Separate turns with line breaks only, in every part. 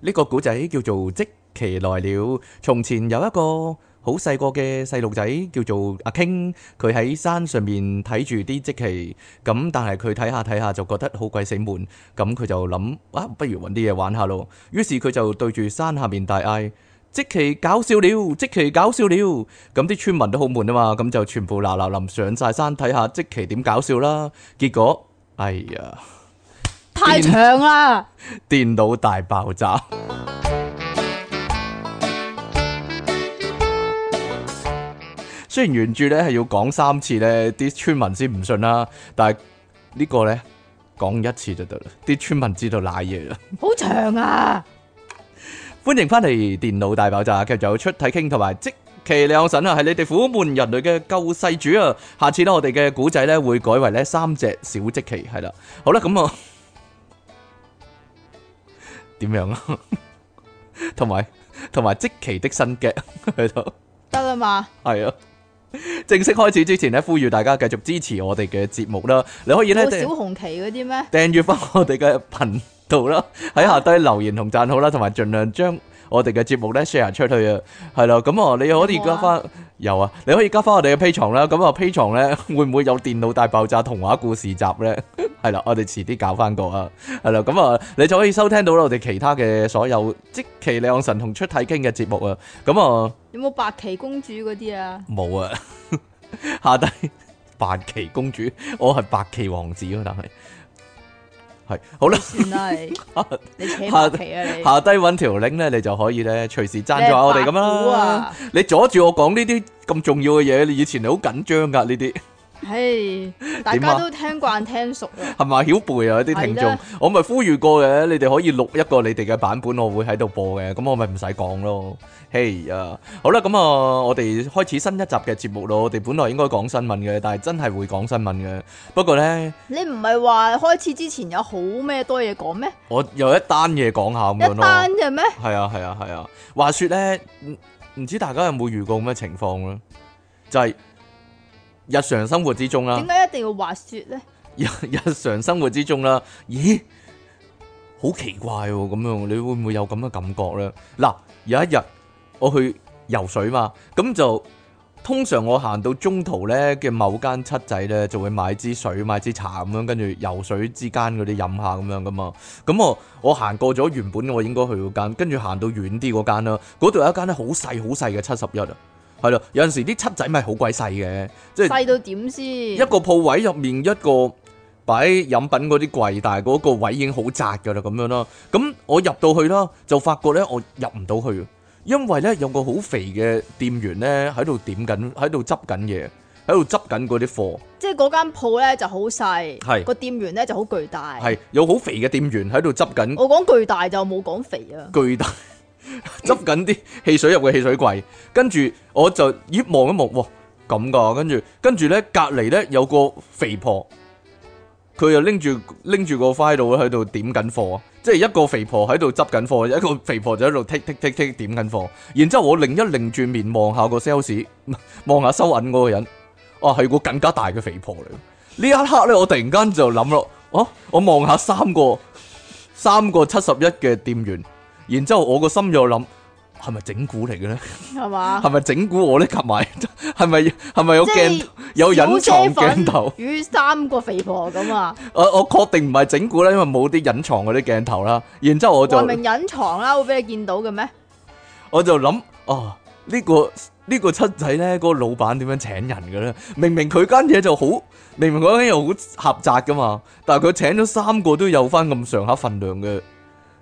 呢個古仔叫做《即其來了》。從前有一個好細個嘅細路仔叫做阿 King，佢喺山上面睇住啲即期，咁但係佢睇下睇下就覺得好鬼死悶，咁佢就諗啊，不如揾啲嘢玩下咯。於是佢就對住山下面大嗌：即期搞笑了，即期搞笑了！咁啲村民都好悶啊嘛，咁就全部嗱嗱臨上晒山睇下即期點搞笑啦。結果，哎呀！
太長
啊
啦，
電腦大爆炸。雖然原著咧係要講三次咧，啲村民先唔信啦，但係呢個咧講一次就得啦，啲村民知道賴嘢啦。
好長啊！
歡迎翻嚟《電腦大爆炸》，繼續有出體傾同埋即其兩神啊，係你哋苦悶人類嘅救世主啊！下次咧，我哋嘅古仔咧會改為咧三隻小即其係啦。好啦， 咁啊，點樣啊？ 同埋同埋即其的新 劇喺度。
得啦嘛，
系啊。正式開始之前咧，呼籲大家繼續支持我哋嘅節目啦。你可以咧
冇
訂
小紅旗嗰啲咩？
訂閱翻我哋嘅頻道 啦，喺下低留言同讚好啦，同埋盡量將我哋嘅節目咧 share 出去啊。係啦，咁啊，你可以
有冇啊
加翻有啊，你可以加翻我哋嘅 P 床啦。咁啊，P 床咧 會唔會有電腦大爆炸童話故事集咧？ 係啦，我哋遲啲搞翻個啊。係啦，咁啊，你就可以收聽到我哋其他嘅所有即其兩神同出體傾嘅節目啊。咁啊。
有冇白旗公主嗰啲啊？
冇啊， 下低白旗公主，我係白旗王子啊，但係係好啦，
算啦，你你扯
下
白旗啊你！
下低揾條 link 咧，你就可以咧隨時贊助下我哋咁
你係白虎
啦
啊。
你阻住我講呢啲咁重要嘅嘢，你以前好緊張噶呢啲，
唉，大
啊
家都聽慣聽熟啦，
係咪曉貝啊啲聽
係
眾
啦？
我咪呼籲過嘅，你哋可以錄一個你哋嘅版本，我會喺度播嘅，咁我咪唔使講咯。嘿呀，好啦，咁啊，我哋開始新一集嘅節目咯。我哋本來應該講新聞嘅，但係真係會講新聞嘅。不過咧。
你唔係話開始之前有好咩多嘢講咩？
我有一單嘢講下咁樣
一
咯，
單啫咩？
係啊係啊係啊。話說咧，唔唔知大家有冇遇過咁嘅情況咧？就係、日常生活之中啦
點，解一定要滑雪咧？
日 日常生活之中啦，咦，好奇怪喎、咁樣你會唔會有咁嘅感覺咧？嗱，有一日我去游水嘛，咁就通常我行到中途咧嘅某間七仔咧，就會買支水、買支茶咁樣，跟住游水之間嗰啲飲下咁樣噶嘛。咁我我行過咗原本我應該去嗰間，跟住行到遠啲嗰間啦，嗰度有一間咧好細好細嘅七十一啊，係啦，有陣時啲七仔咪好鬼細嘅，即係。
細到點先？
一個鋪位入面一個擺飲品嗰啲櫃，但係嗰個位已經好窄噶啦，咁樣啦。咁我入到去啦，就發覺咧我入唔到去，啊因為咧有個好肥嘅店員咧喺度點緊，喺度執緊嘢，喺度執緊嗰啲貨，
即係嗰間鋪咧就好細，
係
個店員咧就好巨大。
係有好肥嘅店員喺度執緊
我講巨大就冇講肥啊。
巨大 執緊啲汽水入嘅汽水櫃，跟住我就咦望一望，哇咁噶，跟住跟住咧隔離咧有個肥婆，佢又拎住拎住個 file 喺度點緊貨，即係一個肥婆喺度執緊貨，一個肥婆就喺度剔剔剔剔點緊貨，然之後我另一擰住面望下個 sales，望 下收銀嗰個人，啊係個更加大嘅肥婆嚟。呢一刻咧，我突然間就諗咯，哦、我望下三個三個七十一嘅店員。然之後我個心又諗，係咪整蠱嚟嘅咧？
係嘛？
係咪整蠱我咧？及埋 係咪係咪有
啊即
鏡
係
有隱藏
小
鏡頭
啡粉？與三個肥婆咁啊！
我我確定唔係整蠱啦，因為冇啲隱藏嗰啲鏡頭啦。然之後我
話
就
明隱藏啦，會俾你見到嘅咩？
我就諗啊，呢、個呢、個七仔咧，嗰、個老闆點樣請人嘅咧？明明佢間嘢就好，明明嗰間嘢好狹窄噶嘛，但係佢請咗三個都有翻咁上下份量嘅。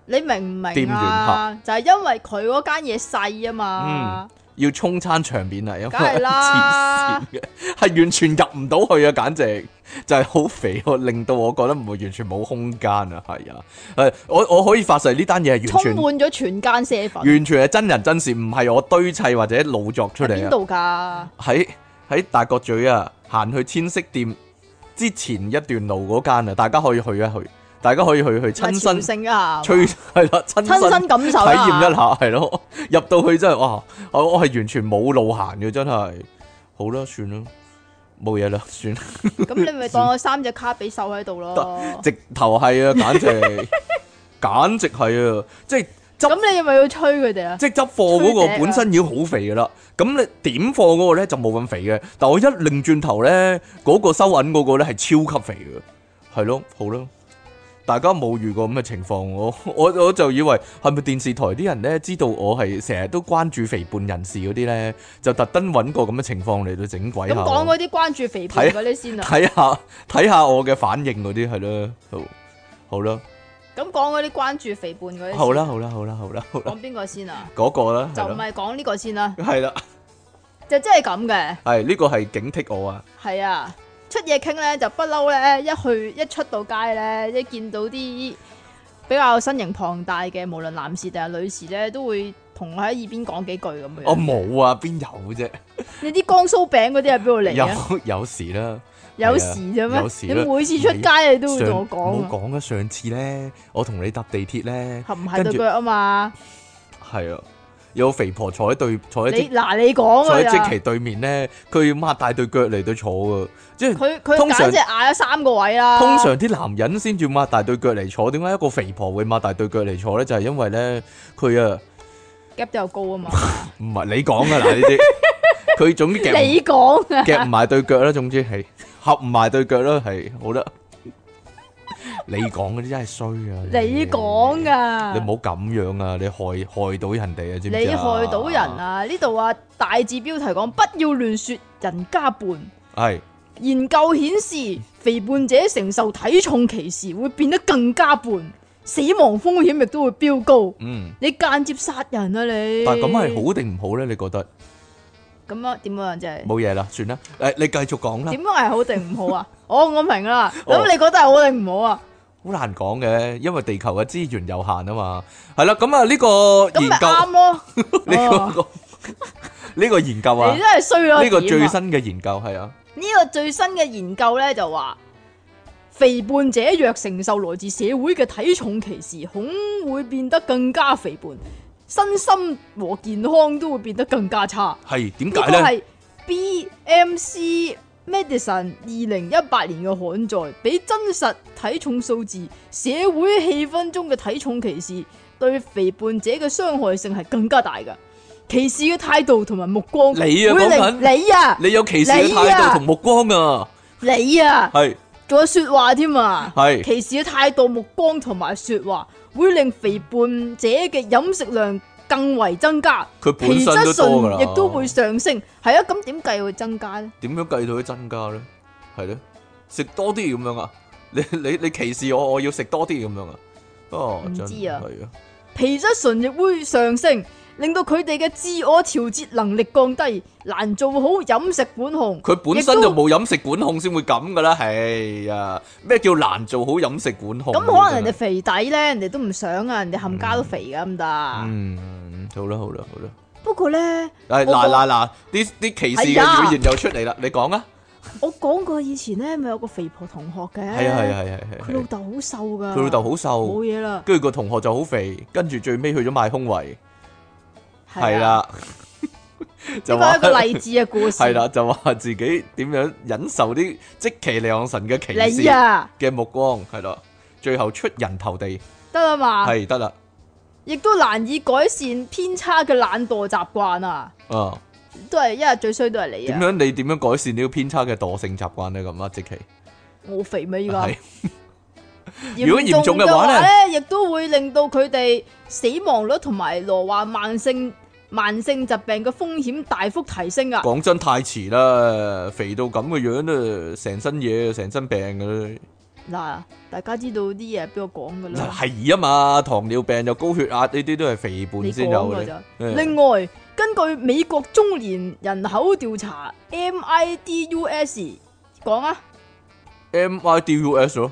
你明唔
店
明
員嗯
啊
客？
就係因為佢嗰間嘢細啊嘛，
要沖餐場面啊，因為
梗係啦
黐線嘅， 係完全入唔到去啊，簡直就係好肥，我令到我覺得唔會完全冇空間啊，係啊，誒，我我可以發誓呢單嘢係完
充
全
滿咗全間啡粉。
完全係真人真事，唔係我堆砌或者老作出
喺
嚟
邊
啊，
度㗎？
喺喺大角咀啊，行去千色店之前一段路嗰間啊，大家可以去一去，大家可以去去親身
性啊，
吹係啦，親
親
身。
身感受啊
體
啦
驗一下 係咯，入到去真係哇，我我係完全冇路行嘅，真係。好啦，算啦，冇嘢啦，算啦，
咁你咪當我三隻卡 比手喺度咯。
直頭係啊，簡直，簡直係啊，即係執
咁你咪要催佢哋啊？
即係執貨嗰
吹笛啊
個本身已經好肥噶啦，咁你點貨嗰個咧就冇咁肥嘅，但我一擰轉頭咧，嗰、個收銀嗰個咧係超級肥嘅，係咯，好咯，大家冇遇過咁嘅情況，我我我就以為係咪電視台啲人咧知道我係成日都關注肥胖人士嗰啲咧，就特登揾個咁嘅情況嚟到整鬼
咁
下我，
講嗰啲關注肥胖嗰啲先啊。
睇下睇下我嘅反應嗰啲係咯，好，好啦，
咁講嗰啲關注肥胖嗰啲。
好啦，。好啦，好啦，好啦，好啦，
講邊個先啊？
嗰、個啦，
就
係
唔
啦，
係講呢個先啦，
係啦，
就真係咁嘅。
係呢個係警惕我啊！
係啊，出嘢傾咧就不嬲咧，一去一出到街咧，一見到啲比較身形龐大嘅，無論男士定係女士咧，都會同我喺耳邊講幾句咁樣。
我冇啊，邊有啫？
你啲江蘇餅嗰啲係邊度嚟啊？
有有時啦，
有時啫
有時
咩？
啦
你每次出街你都會
上
同我
唔
講
好講啊！上次咧，我同你搭地鐵咧，
啊，唔係
跟
對
住
腳啊嘛？
係啊，有肥婆坐喺對坐喺
你啊
即
嗱你講
坐喺即
啊
期對面咧，佢要擘大對腳嚟到坐噶，即係
佢啊佢
通常
簡直嗌咗三個位啦。
通常啲男人先至擘大對腳嚟坐，點解一個肥婆會擘大對腳嚟坐咧？就係因為咧，佢啊
夾得又高 啊嘛，
唔係你講噶啦呢啲，佢總之夾唔
你講啊，
夾唔埋對腳啦，總之係合唔埋對腳啦，係好啦。你講嗰啲真係衰啊！
你講噶，
你唔好咁樣啊！你害害到人哋啊，知唔知啊
你害到人！啊！呢度啊，大字標題講不要亂說人家胖。
係
研究顯示，肥胖者承受體重歧視會變得更加胖，死亡風險亦都會飆高。
嗯，
你間接殺人啊你！
但係咁係好定唔好咧？你覺得
咁啊？點樣啊？即係
冇嘢啦，算啦。誒，你繼續講啦，
點樣係好定唔 好啊？哦，我明啦。
哦
咁你覺得係好定唔好啊？
好難講嘅，因為地球嘅資源有限啊嘛。係啦，咁啊呢個
咁
研
咪啱
究，
咯。
呢個呢個研究啊
你真，係衰咯。
呢個
點啊
最新嘅研究係啊，
呢個最新嘅研究咧就話，肥胖者若承受來自社會嘅體重歧視，恐會變得更加肥胖，身心和健康都會變得更加差。
係點
呢個
解咧？
係 BMC Medicine 二零一八年嘅刊載，比真實體重數字、社會氣氛中嘅體重歧視對肥胖者嘅傷害性係更加大噶。歧視嘅態度同埋目光
你
會
啊
令
講緊
你啊，
你有歧視嘅
你
態
啊
度同目光啊，
你啊。
係。
仲有说話添啊！
係
歧視嘅態度、目光同埋说話，會令肥胖者嘅飲食量更為增加，
佢本
皮
身都
質
多噶啦，
醇亦都會上升。係啊，咁點計會增加咧？
點樣計到啲增加咧？係咧，食多啲咁樣啊？ 你你你歧視我，我要食多啲咁樣啊？哦，
唔
真
知啊
係啊，
皮質醇亦會上升，令到佢哋嘅自我調節能力降低，難做好飲食管控。
佢本身就冇飲食管控先會咁噶啦，係啊，咩叫難做好飲食管控？
咁可能人哋肥底咧，人哋都唔想啊，人哋冚家都肥噶咁得。
嗯，好啦好啦好啦，
不過咧，
誒
我
嗱嗱嗱，啲啲歧視嘅
哎呀
語言又出嚟啦，你講啊，
我講過以前咧，咪有個肥婆同學嘅，
係啊係啊係啊係啊
佢
係
老
啊，
豆好瘦噶，
佢老豆好
冇
瘦，
嘢啦，
跟住個同學就好肥，跟住最尾去咗賣胸圍，係
啊，
啦，
呢
就
個
話
一個 勵志嘅故事。
系啦，就話自己點樣忍受啲即其良神嘅歧
你
視
啊，
嘅目光，係啦，最後出人頭地，
得啦嘛，
係得啦，
亦都難以改善偏差嘅懶惰習慣啊，
啊，
都係一日最衰都係你
點
啊，
樣你點樣改善呢個偏差嘅惰性習慣咧？咁啊，即其
我肥咩依家
係？如果嚴重嘅話呢
話咧，亦都會令到佢哋死亡率同埋羅患慢性慢性疾病嘅風險大幅提升啊！
講真太遲啦，肥到咁嘅樣咧，成身嘢成身病嘅咧，
嗱，大家知道啲嘢係邊個講噶啦？
係啊嘛，糖尿病又高血壓呢啲都係肥胖
你
先
講
有
噶
嘅嗯
咋。？
誒
另外，根據美國中年人口調查 （MIDUS） 講啊
MIDUS 咯，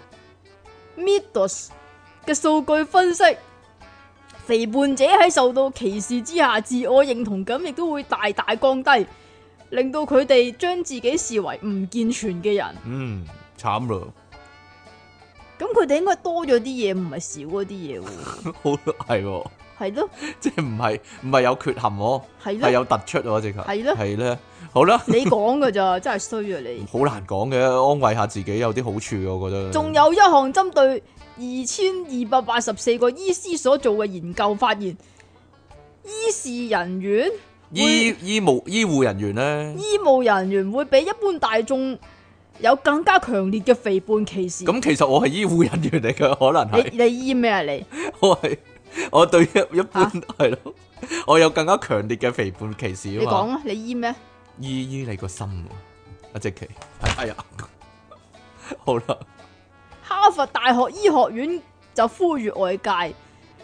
，Midos 嘅數據分析，肥胖者喺受到歧視之下，自我認同感亦都會大大降低，令到佢哋將自己視為唔健全嘅人。
嗯，慘咯，
咁佢哋應該多咗啲嘢，唔係少咗啲嘢喎。
好啦，係喎。
係咯，
即係唔係唔係有缺陷喎，
係
係
咯，
有突出喎，直頭
係咯
係咧，好啦，
你講噶咋，真係衰啊你！
好難講嘅，安慰下自己有啲好處嘅，我覺得。
仲有一項針對二千二百八十四個醫師所做嘅研究發現，醫事人員、
醫醫務醫護人員咧，
醫務人員會比一般大眾有更加強烈嘅肥胖歧視。
咁其實我係醫護人員嚟嘅， 可能係。
你你醫咩啊你？
我係我對一一般
啊
係咯，我有更加強烈嘅肥胖歧視
你
啊
講
嘛。
啊，你醫咩？
依依你個心喎，阿即奇，
啊
係哎呀， 好啦，
哈佛大學醫學院就呼籲外界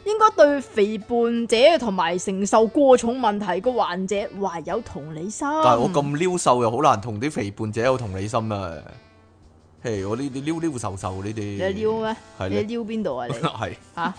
應該對肥胖者同埋承受過重問題嘅患者懷有同理心。
但係我咁撩瘦又好難同啲肥胖者有同理心啊。嘿，我呢啲撩撩瘦瘦呢啲，
你撩咩？
係
你
咧
撩邊 度啊 你？
係
吓，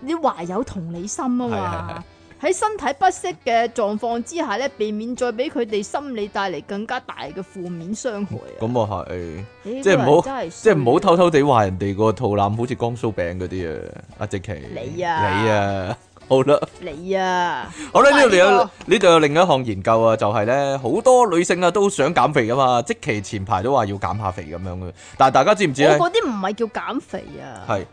你懷有同理心啊
係係係
嘛。喺身體不適嘅狀況之下咧，避免再俾佢哋心理帶嚟更加大嘅負面傷害啊！
咁啊係，
即
即係唔好，
真係
即
衰
係唔好偷偷地話人哋個肚腩好似江蘇餅嗰啲啊，阿即奇，
你啊
你啊，好啦。
你啊！
好啦，
咁啊，
呢度有
呢
呢度有另一項研究啊，就係咧好多女性啊都想減肥噶嘛，即期前排都話要減下肥咁樣嘅，但係大家知唔知咧？
我嗰啲唔係叫減肥啊，
係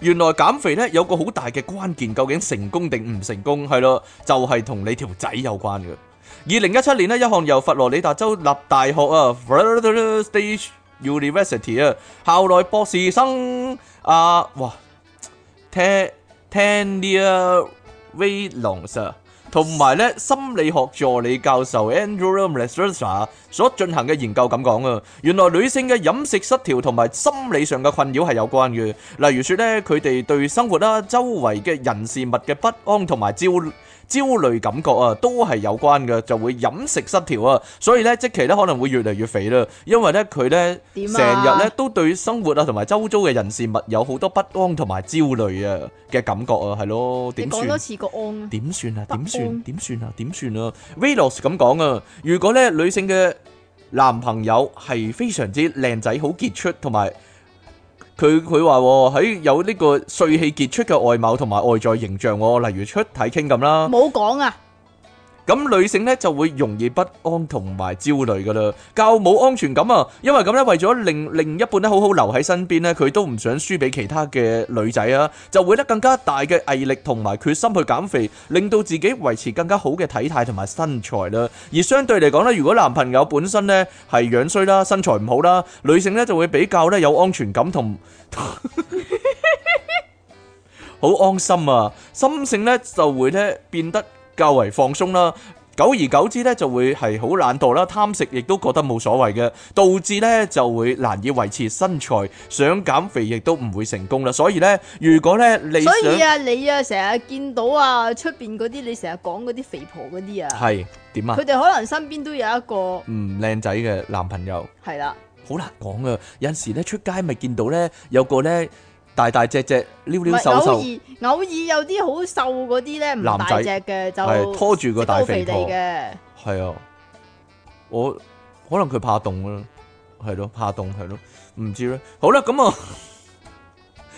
原來減肥咧有個好大嘅關鍵，究竟成功定唔成功係咯，就係、同你條仔有關嘅。二零一七年呢，一項由佛羅里達州立大學啊 （Florida State University） 啊校內博士生啊，哇 t Tania Valons 啊同埋咧心理學助理教授 Andrew m e s t r s a 所進行嘅研究咁講啊，原來女性嘅飲食失調同埋心理上嘅困擾係有關嘅，例如說咧佢哋對生活啦、周圍嘅人事物嘅不安同埋焦焦慮感覺啊，都係有關嘅，就會飲食失調啊，所以咧即期咧可能會越嚟越肥啦，因為咧佢咧成
點啊
日咧都對生活啊同埋周遭嘅人事物有好多不安同埋焦慮啊嘅感覺啊，係咯，
你
點
講
算
多？次個安啊！
點算啊？
不
點算？
安
點算啊？點算啊？Velos 咁講啊，如果咧女性嘅男朋友係非常之靚仔，好傑出，同埋佢佢話喎喺有呢個帥氣傑出嘅外貌同埋外在形象喎，例如出體傾咁啦。
冇講啊！
咁女性咧就會容易不安同埋焦慮噶啦，較冇安全感啊！因為咁咧，為咗令另一半咧好好留喺身邊咧，佢都唔想輸俾其他嘅女仔啊，就會咧更加大嘅毅力同埋決心去減肥，令到自己維持更加好嘅體態同埋身材啦。而相對嚟講咧，如果男朋友本身咧係樣衰啦、身材唔好啦，女性咧就會比較咧有安全感同。好安心啊，心性咧就會咧變得較為放鬆啦。久而久之咧就會係好懶惰啦，貪食亦都覺得冇所謂嘅，導致咧就會難以維持身材，想減肥亦都唔會成功啦。所以咧，如果咧你
所
想
以啊，你啊成日見到啊出邊嗰啲，你成日講嗰啲肥婆嗰啲啊，
係點啊
佢？哋可能身邊都有一個
唔靚仔嘅男朋友。
係啦，
好難講啊！有陣時咧出街咪見到咧有個咧大大隻隻、溜
唔
溜
係
瘦
偶
瘦，
爾偶爾有啲好瘦嗰啲咧，唔
男
大
仔
隻嘅就
係拖住個大
高
肥
肥地
婆，
嘅，
係啊！我可能佢怕凍啦，係咯，怕凍係咯，唔知咧。好啦，咁啊，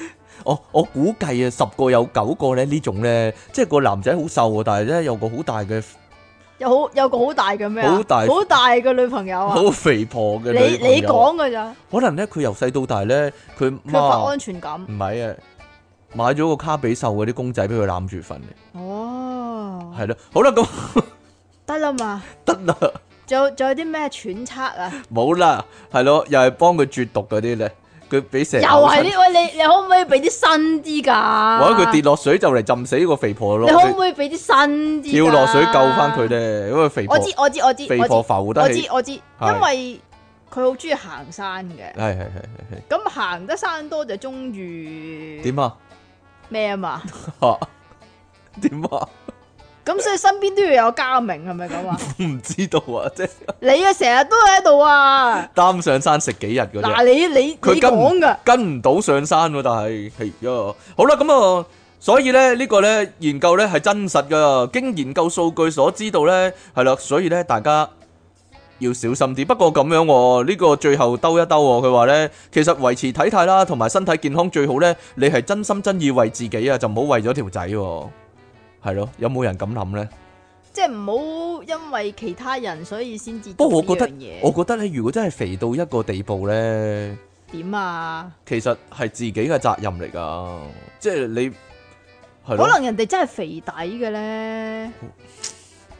我我估計啊，十個有九個咧呢種咧，即係個男仔好瘦啊，但係咧有個好大嘅
有好有個好大嘅咩啊
好大
好大嘅女朋友啊！
好肥婆嘅
你
女朋
你
友，啊
講噶咋？
可能咧佢由細到大咧，佢
缺
媽
乏安全感
唔係啊，買咗個卡比獸嗰啲公仔俾佢攬住瞓嘅。
哦，
系咯，好啦，咁啊
得啦嘛，
得啦，
仲有仲有啲咩揣測啊？
冇啦，系咯，又系帮佢絕毒嗰啲咧，佢俾蛇
又
咬親
係呢喂，你你可唔可以俾啲新啲㗎？
或者佢跌落水就嚟浸死個肥婆咯，
啊你可唔可以俾啲新啲？
跳落水救翻佢。咧，因為肥婆
我知我知我知
肥
我
婆
知
浮
我
得起，
知我知，
係
因為佢好中意行山嘅，
係係係係係
咁行得山多就中意
點啊？
咩啊嘛，
吓點啊？
咁所以身邊都要有家明係咪咁啊？
唔知道啊，即係
你啊成日都喺度啊，
擔上山食幾日嗰啲啊
嗱。你你你
佢跟唔
講㗎，
跟唔到上山喎，但係係呀，好啦，咁啊，所以咧呢個咧研究咧係真實噶，經研究數據所知道咧係啦，所以咧大家要小心啲。不過咁樣喎，呢個最後兜一兜喎，佢話咧其實維持體態啦，同埋身體健康最好咧，你係真心真意為自己啊，就唔好為咗條仔喎。係咯，有冇人咁諗咧？
即係唔好因為其他人所以先至
不過
過
我覺得
嘢，
我覺得咧，如果真係肥到一個地步咧。
點啊？
其實係自己嘅責任嚟噶，即係你係
可
咯，
能人哋真係肥底嘅咧，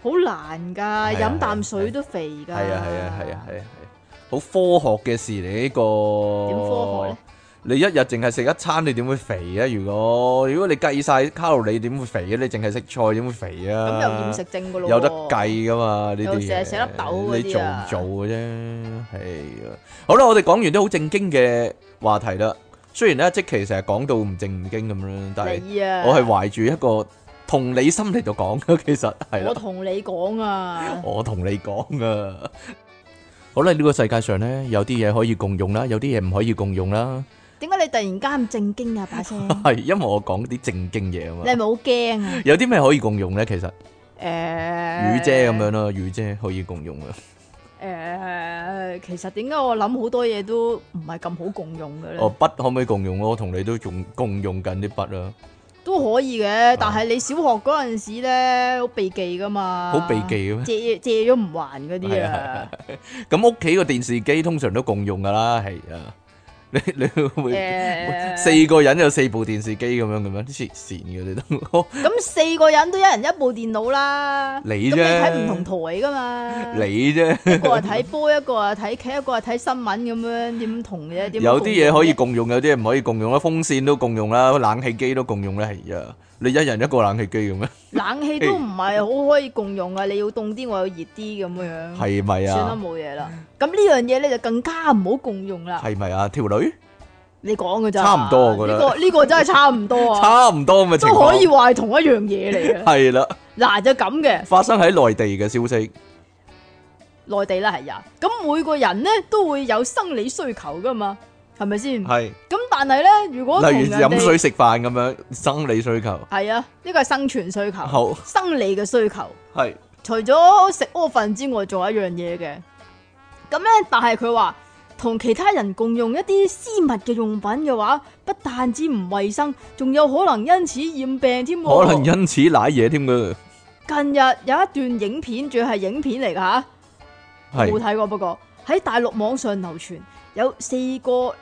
好難
啊
噶，飲啖水都肥噶。
係啊係啊係啊係啊係啊，好科學嘅事嚟呢個。
點科學咧？
你一日淨係食一餐，你點會肥啊？如果如果你計晒卡路里，點會肥啊？你淨係食菜，點會肥啊？
咁又厭食症噶咯喎？
有得計噶嘛？呢啲
又成日食粒豆嗰
你
啲啊
做唔做嘅啫，係啊。好啦，我哋講完啲好正經嘅話題啦。雖然咧，即期成日講到唔正經咁啦，但係。
你啊！
我係懷住一個同理心嚟到講嘅， 其實係
我
啦，
同你講啊，
我同你講噶。好啦，呢個世界上呢，有啲嘢可以共用啦，有啲嘢唔可以共用啦，
點解你突然間咁正經啊把 聲？
係因為我講啲正經嘢啊
你
嘛。
係咪好驚啊？
有啲咩可以共用呢？其實
誒，
雨姐咁樣啦，雨姐可以共用啊。
誒，其實點解我諗好多嘢都唔係咁好共用嘅咧？
哦，筆可唔可以共用啊？我同你都仲共用緊啲筆啊，
都可以嘅，但係你小學嗰陣時咧，好避忌噶嘛，
好避忌嘅咩？
借借咗唔還嗰啲
係啊
啊，
咁屋企個電視機通常都共用噶啦，係啊。你你會
誒
四個人有四部電視機咁樣咁樣，黐線嘅你都。
咁四個人都一人一部電腦啦，
你
咁
啫
睇唔同台噶嘛，
你啫，
一個係睇波，一個係睇劇，一個係睇新聞咁樣，點同嘅？點
有啲嘢可以
共
共用，有啲嘢唔可以共用啦。風扇都共用啦，冷氣機都共用啦。係啊，你一人一個冷氣機咁咩？
用嘅冷氣都唔係好可以共用啊，你要凍啲，我要熱啲咁樣，
係咪
算啦
啊？
冇嘢啦。咁呢樣嘢咧就更加唔好共用啦。
係咪啊？條女
你講嘅咋？
差唔多我覺得
呢個呢個真係差唔多 啊，
差唔多咁嘅情
都可以
況，
話係同一樣嘢嚟嘅。
係啦，
嗱就咁嘅，
發生喺內地嘅消息，
內地啦係呀，咁每個人咧都會有生理需求噶嘛，係咪先？咁
係
但係咧，如果同
例如
人哋
飲水食飯咁樣，生理需求，
係啊，呢個係生存需求、
好
生理嘅需求。
係
除咗食屙粉之外，仲有一樣嘢嘅。咁咧，但係佢話同其他人共用一啲私密嘅用品嘅話，不但止唔衛生，仲有可能因此染病添喎。
可能因此舐嘢添嘅，
近日有一段影片，仲要係影片嚟噶吓。冇
係
睇過，不過喺大陸網上流傳有四個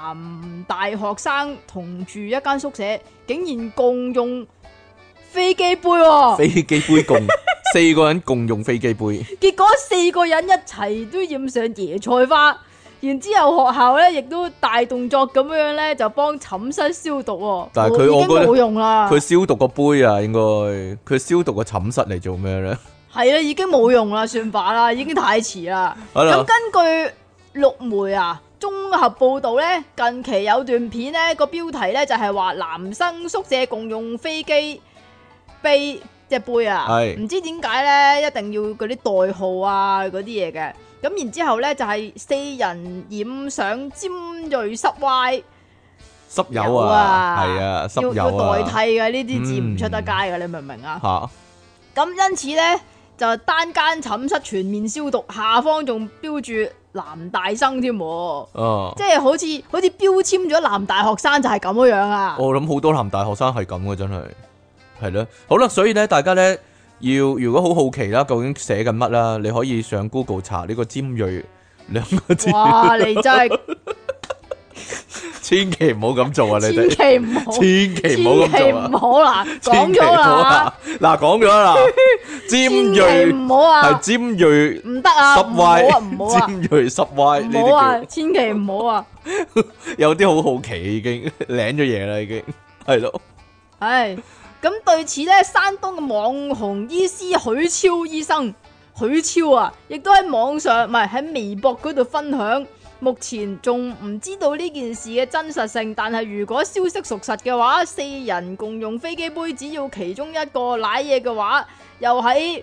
男大學生同住一間宿舍，竟然共用飛機杯、喎。
飛機杯 共四個人共用飛機杯，
結果四個人一齊都染上椰菜花。然之後學校咧亦都大動作咁樣咧，就幫寢室消毒、喎。哦
但係佢
已經
我覺得
冇用啦，
佢消毒個杯啊，應該佢消毒個寢室嚟做咩咧？
係啊，已經冇用啦，算罷啦，已經太遲啦。
好啦
咁。根據六媒啊綜合報導咧，近期有段片咧個標題咧就係話男生宿舍共用飛機杯隻杯啊，
係
唔知點解咧一定要嗰啲代號啊嗰啲嘢嘅。咁然之後咧就係、四人染上尖鋭濕歪，
濕友
有
啊，
啊
係啊，
要
濕
要
友
代替
啊，
嘅呢啲字唔出得
嗯
街嘅，你明唔明啊？
吓
咁因此呢，就單間寢室全面消毒，下方仲標住男大生添喎，
嗯，
即係好似好似標籤咗男大學生就係咁樣樣啊！
我諗好多男大學生係咁嘅，真係係咯。好啦，所以咧，大家咧要如果好好奇啦，究竟寫緊乜啦，你可以上 Google 查呢個尖鋭兩個字，
哇！你真係
千祈唔好咁做啊！你
千
哋
祈唔好，
千祈唔好咁做
千祈唔
啊！
好啦，講
千祈
咗
唔好
啦
啊， 嗱講咗啦，尖
千祈
鋭
唔好啊
係，尖鋭
唔得啊，唔
濕
好
歪，
啊，唔好啊，
尖鋭濕歪呢
唔好啊
啲，叫。
千祈唔好啊！
有啲好好奇已經 領咗嘢啦，已經係咯。
唉，咁對此咧，山東嘅網紅醫師許超醫生，許超啊，亦都喺網上唔係喺微博嗰度分享。目前仲唔知道呢件事嘅真實性，但係如果消息屬實嘅話，四人共用飛機杯，只要其中一個舐嘢嘅話，又喺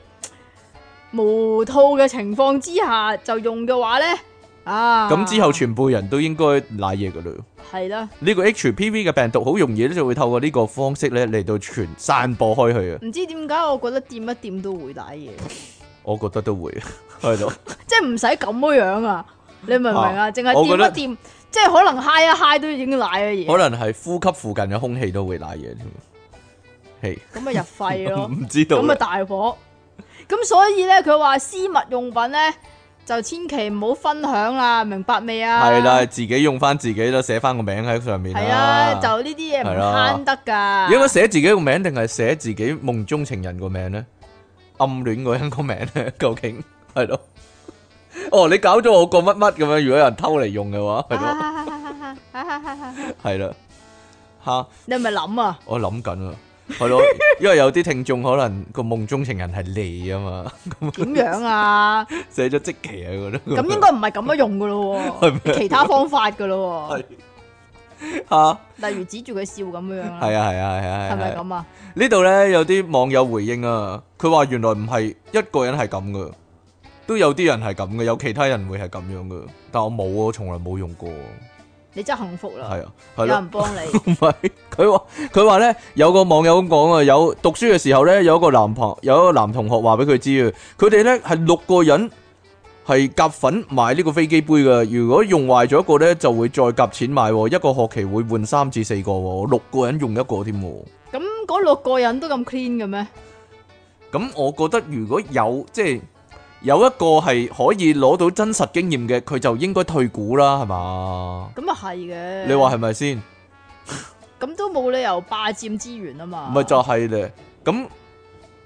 無套嘅情況之下就用嘅話呢，啊，
咁之後全部人都應該賴嘢噶啦。
係啦，
呢個 HPV 嘅病毒好容易咧就會透過呢個方式咧嚟到傳散播開去啊！
唔知點解我覺得掂一掂都會舐嘢。
我覺得都會 係咯，
即系唔使咁樣样啊！你明唔明啊？淨係
我
掂
覺得
一掂，即係可能嗨一嗨都已經奶嘅嘢，
可能係呼吸附近嘅空氣都會賴嘢添。係
咁咪入肺 咯，
唔知道啊
咁咪
啦，
大火。咁所以咧，佢話私密用品咧就千祈唔好分享啦，明白未啊？
系啦，，自己用翻自己啦，寫翻個名喺上面
係
啦
啊，。就呢啲嘢唔
係啦
慳得噶。
應該寫自己個名定係寫自己夢中情人個名咧？暗戀嗰人個名咧？ 究竟係咯？哦，你搞咗我個乜乜咁樣？如果有人偷嚟用嘅話，係咯，係啦，吓。
你係咪諗啊？
我諗緊啊，係咯， 因為有啲聽眾可能個夢中情人係你啊嘛，
點樣啊？
寫咗即期啊嗰啲，
咁應該唔係咁樣用噶咯
係咩
喎，其他方法噶咯
係 啊，
喎，例如指住佢笑咁樣啦，
係啊係啊係啊
係咪
係啊，
咁啊？
呢度咧有啲網友回應啊，佢話原來唔係一個人係咁噶，都有啲人係咁嘅，有其他人會係咁樣噶，但我冇啊，我從來冇用過，
嗯你真係幸福啦，
係啊
有
係咯
人。幫 你。
唔係，佢話佢話咧，有個網友咁講啊，有讀書嘅時候咧，有一個男朋有一個男同學話俾佢知啊，佢哋咧係六個人係夾份買呢個飛機杯噶，如果用壞咗一個咧，就會再夾錢買喎，一個學期會換三至四個喎，六個人用一個添喎。
咁嗰六個人都咁 clean 嘅咩？
咁我覺得如果有即係有一個係可以攞到真實經驗嘅，佢就應該退股啦，係嘛？
咁啊係嘅。
你話係咪先？
咁都冇理由霸佔資源啊嘛。
咪就係咧，咁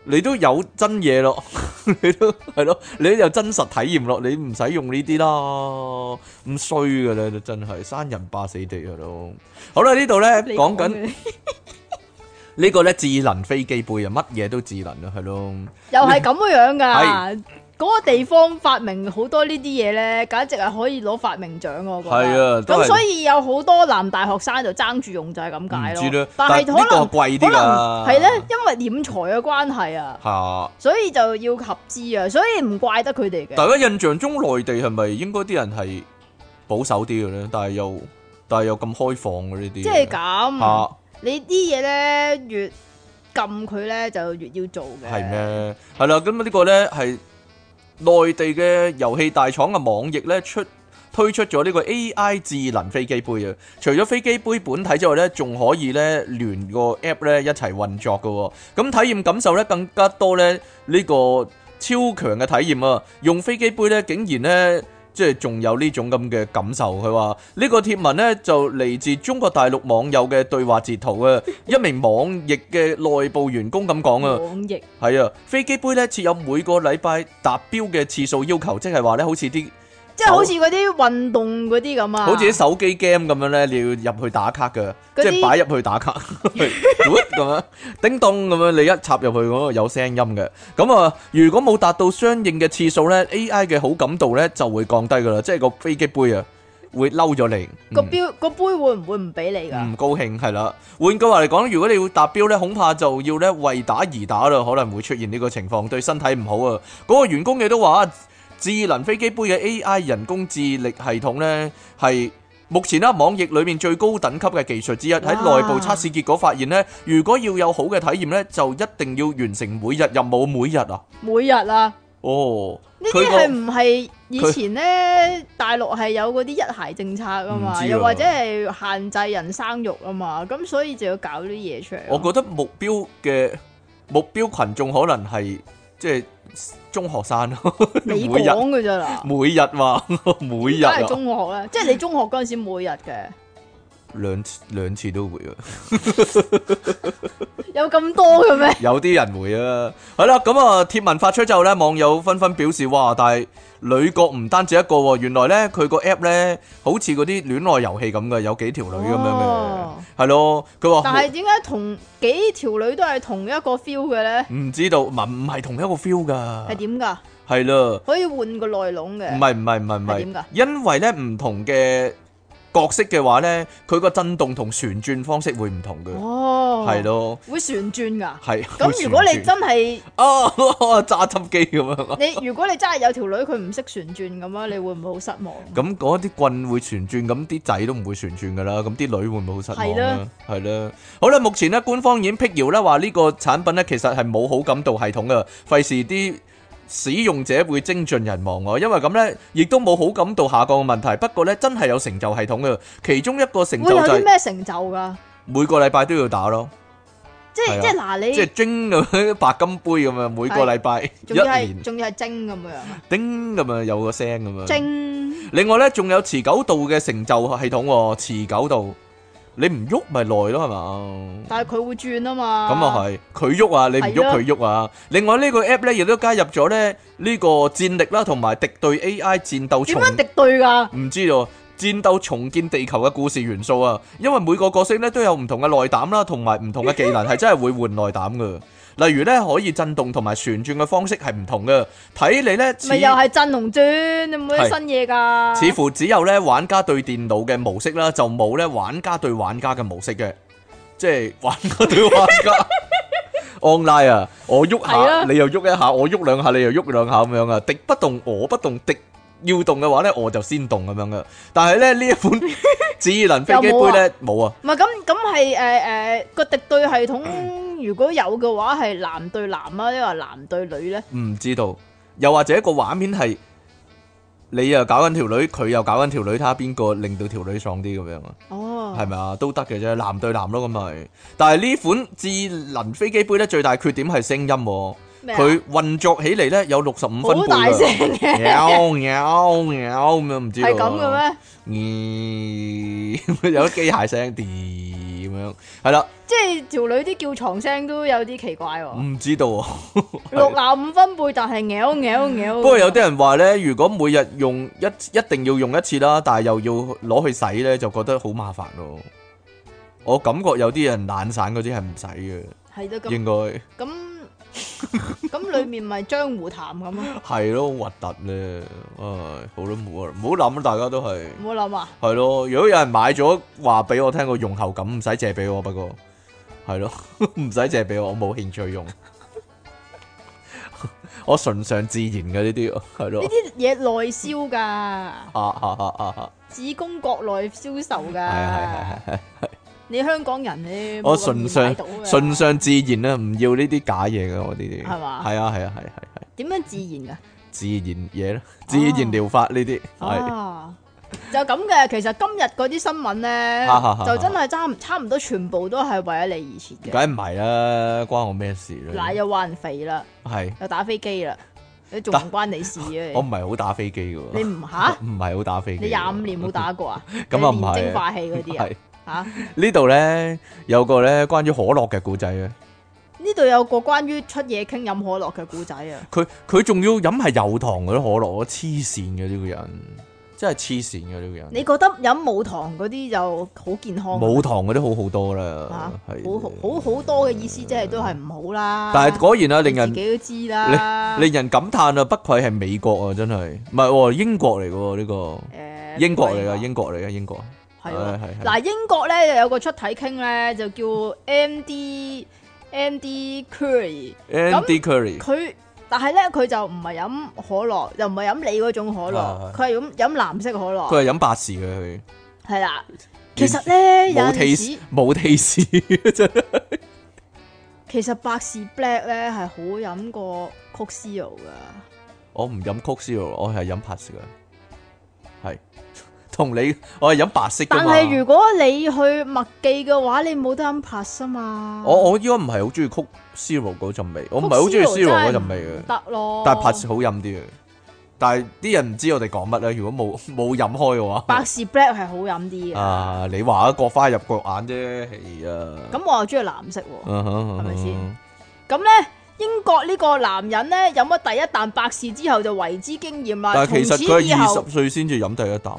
你都有真嘢咯， 你都係咯，你都有真實體驗咯，你唔使用呢啲啦，咁衰噶啦，真係生人霸死地噶咯。好啦，呢度咧
你
講緊
嘅
呢個咧智能飛機杯啊，乜嘢都智能啊，係咯，
又係咁樣噶
係。
嗰個地方發明好多呢啲嘢咧，簡直係可以攞發明獎啊我覺得。
係啊都係
咁所以有好多男大學生就爭住用就係咁解
唔知
咯
啦。，
但係
係呢
可
個
能
貴
可
啲
能
噶，
係咧，因為斂財嘅關係啊，
嚇。
所以就要合資啊，所以唔怪得佢哋
大
嘅。
家印象中內地係咪應該啲人係保守啲嘅咧？但係又但係又咁開放嘅呢啲嘢，
即係
嚇。
咁，你啲嘢咧越撳佢咧就越要做嘅。
係？咩？係啦，咁呢個呢，係內地嘅遊戲大廠嘅網易呢出推出咗呢個 AI 智能飛機杯啊！除咗飛機杯本體之外呢，仲可以呢連個 app 呢一齊運作嘅喎。咁體驗感受呢，更加多呢，呢個超強嘅體驗啊！用飛機杯呢，竟然呢。即係仲有呢種咁嘅感受，佢話呢個貼文呢，就嚟自中國大陸網友嘅對話截圖啊！一名網易嘅內部員工咁講啊。
網易
係啊，飛機杯咧設有每個禮拜達標嘅次數要求，即係話咧，好似啲
即係好似嗰啲運動嗰啲咁啊，
好似啲手機 game 咁樣咧，你要入去打卡嘅，即
嗰啲
係擺入去打 卡，咁樣叮咚咁樣，你一插入去嗰個有聲音嘅。咁啊，如果冇達到相應嘅次數咧，AI 嘅好感度咧就會降低噶啦，即係個飛機杯啊會嬲咗你。
個
嗯
標個杯會唔會唔俾你㗎？
唔高興係啦。換句話嚟講，如果你要達標呢，恐怕就要呢為打而打啦，可能會出現呢個情況，對身體唔好啊。嗰、個員工亦都話，智能飛機杯嘅 AI 人工智力系統呢，係。目前啦，網易裏面最高等級嘅技術之一，喺
哇
內部測試結果發現呢，如果要有好嘅體驗呢，就一定要完成每日任務，每日啊，
每日啊，
哦，
呢啲
佢個
係唔係以前咧大陸係有嗰啲一孩政策㗎
唔知
嘛，
啊
又或者係限制人生育啊嘛，咁所以就要搞呢啲嘢出嚟啊。
我覺得目標嘅目標群眾可能係即係中學生咯，
你
每日
講㗎咋啦，
每日嘛， 每日
梗
啊
係，中學啦，即係你中學嗰陣時每日嘅，
兩次兩次都會啊，
有咁多嘅咩？
有啲人會啊。係啦，咁啊，貼文發出之後咧，網友紛紛表示：哇！但係女角唔單止一個喎，原來咧佢個 app 咧好似嗰啲戀愛遊戲咁嘅，有幾條女咁樣嘅
哦，
係咯。佢
但
話
係點解同幾條女都係同一個 feel 嘅咧？
唔知道，唔唔係同一個 feel
係
㗎，
點㗎？
係啦。
可以換個內籠嘅
唔。係唔係唔係唔
係點
係
㗎，
因為咧唔同嘅角色嘅話咧，佢個震動同旋轉方式會唔同嘅，
哦，
係，咯，
會旋 轉噶。
係。會
咁如果你
旋轉
真係
啊榨汁機咁樣，
你如果你真係有條女佢唔識旋轉咁啊樣，你會唔會好失望？
咁嗰啲棍會旋轉，咁啲仔都唔會旋轉噶啦，咁啲女會唔會好失望
係
咧
啦？
係啦，好啦，目前咧官方已經辟謠啦，話呢個產品咧其實係冇好感度系統啊噶，費事啲。使用者會精盡人亡喎，因為咁呢，亦都冇好感度下降嘅問題。不過呢，真係有成就系啊統嘅，其中一個成就就
會有
係、
啲咩成就㗎？
每個禮拜都要打咯，
即
係
係
啊
即係嗱，
即係
你
蒸咁樣白金杯咁樣， 每個禮拜
仲要
一
係
年
仲要係蒸咁樣啊，
叮咁樣有個聲咁啊樣。
蒸
另外咧，仲有持久度嘅成就系統喎，持久度你唔喐咪耐咯，係嘛？
但係佢會轉啊嘛，
咁啊係，佢喐啊，你唔
係
喐
啊
佢喐啊。另外呢個 app 咧，亦都加入咗咧呢個戰力啦，同埋敵對 AI 戰鬥
點
重
樣敵對㗎？
唔知道戰鬥重建地球嘅故事元素啊，因為每個角色咧都有唔同嘅內膽啦，同埋唔同嘅技能係真係會換內膽嘅。例如咧，可以震動同埋旋轉嘅方式係唔同嘅。睇你咧似
咪又係震龍轉，有冇啲
係
新嘢㗎？
似乎只有咧玩家對電腦嘅模式啦，就冇咧玩家對玩家嘅模式嘅，即係玩家對玩家。online 啊，我喐
係
下
啊
你又喐一下，我喐兩下你又喐兩下咁樣啊，敵不動我不動，敵要動嘅話咧我就先動咁樣噶。但係咧呢一款智能飛機杯咧冇啊，
唔係咁咁係誒誒個敵對系統，如果有嘅話係男對男啊，因為男對女咧，
唔知道。又或者個畫面係你又搞緊條女，佢又搞緊條女，睇下邊個令到條女爽啲咁樣啊。
哦，
系咪啊？都得嘅啫，男對男咯咁咪。但係呢款智能飛機杯咧，最大缺點係聲音喎，
咪
佢運作起嚟咧有六十五分
好
貝
大聲
㗎
嘅，
喵喵喵咁樣唔知道
係咁嘅咩？
咩？咦有啲機械聲， 啲咁樣係啦，
即係條女啲叫床聲都有啲奇怪喎，
唔知道喎。
六廿五分貝，但係咬咬咬。
不過有啲人話咧，如果每日用一一定要用一次啦，但係又要攞去洗咧，就覺得好麻煩咯。我感覺有啲人懶散嗰啲係唔使嘅，
係咯，咁
應該。
咁咁裏面咪江湖談咁啊？
係咯，核突咧，唉，好啦，冇啊啦，唔好諗啦，大家都係，
唔好諗啊！
係咯。如果有人買咗，話俾我聽個用後感，唔使借俾我，不過係咯， 唔使借俾我，我冇興趣用， 我純上自然嘅呢啲，係
呢
咯，
啲嘢內銷㗎，
啊啊啊啊
只供國內銷售㗎。
啊，係係係係係。
你香港人咧，
我
冇咁易
純上
買到㗎
純上自然啦，唔要呢啲假嘢嘅，我呢啲
係嘛
係啊係啊係係係
點樣自然㗎？
自然嘢啦，
哦
自然療法呢啲係，
啊，就咁嘅。其實今日嗰啲新聞咧就真係差唔差唔多全部都係為咗你而設嘅。
梗唔係啦，關我咩事
嗱，
咧？
又話人肥啦，
係
又打飛機啦，你仲
打
唔關你事
我
嘅？
唔係好打飛機嘅喎。
你唔吓？
唔係好打飛機。
你廿五年冇打過啊？
咁啊唔
你
係啊
練蒸化器嗰啲啊？
係
吓？
呢度咧有個咧關於可樂嘅故仔啊，
呢度有個關於出嘢傾飲可樂嘅故仔啊！
佢佢仲要飲係有糖嗰啲可樂，我黐線嘅呢個人，真係黐線嘅呢個人。
你覺得飲冇糖嗰啲就好健康啊？
冇糖嗰啲好好多
嚇
啦，
好
係。
好好多嘅意思，即係都係唔好啦。
但係果然啊，令
你
人
自己都知啦。
令人感嘆啊，不愧係美國啊，真係唔係喎，英國嚟嘅喎呢個，
誒
英國嚟㗎，
貴啊喎
英國嚟㗎，英國。
係
係
喎
係係
嗱，英國咧就有個出體傾咧，就叫 M D M D Curry。
Andy Curry
佢但係咧，佢就唔係飲可樂，又唔係飲你嗰種可
係係
樂，佢係飲飲藍色可樂。
啊佢係飲百事嘅佢。
係啦，其實咧有
冇
陣
taste，
時，
冇 taste，真 係
其實百事 Black 咧係好飲過 c o c i o 噶。
我唔飲 Coke Zero，我係飲白色嘅，係 同你我係飲白色㗎
但
嘛。
係如果你去麥記嘅話，你冇得飲 Plus 啊嘛。
我我依家唔係好中意 Coke Zero 嗰陣味，我唔係好中意 Zero 嗰陣味嘅，
得咯。
但係 Plus 好飲啲嘅。但係啲人唔知我哋講乜咧，如果冇 冇飲開嘅話，
百事 Black 係好飲啲嘅。
啊你話啊各花入各眼啫，嗯係啊，
咁我又中意藍色喎。
係
咪先？咁咧，英國呢個男人咧飲咗第一啖百事之後就為之驚豔啦。
但係其實
啊
佢
從此以
係
後
二十歲先至飲第一啖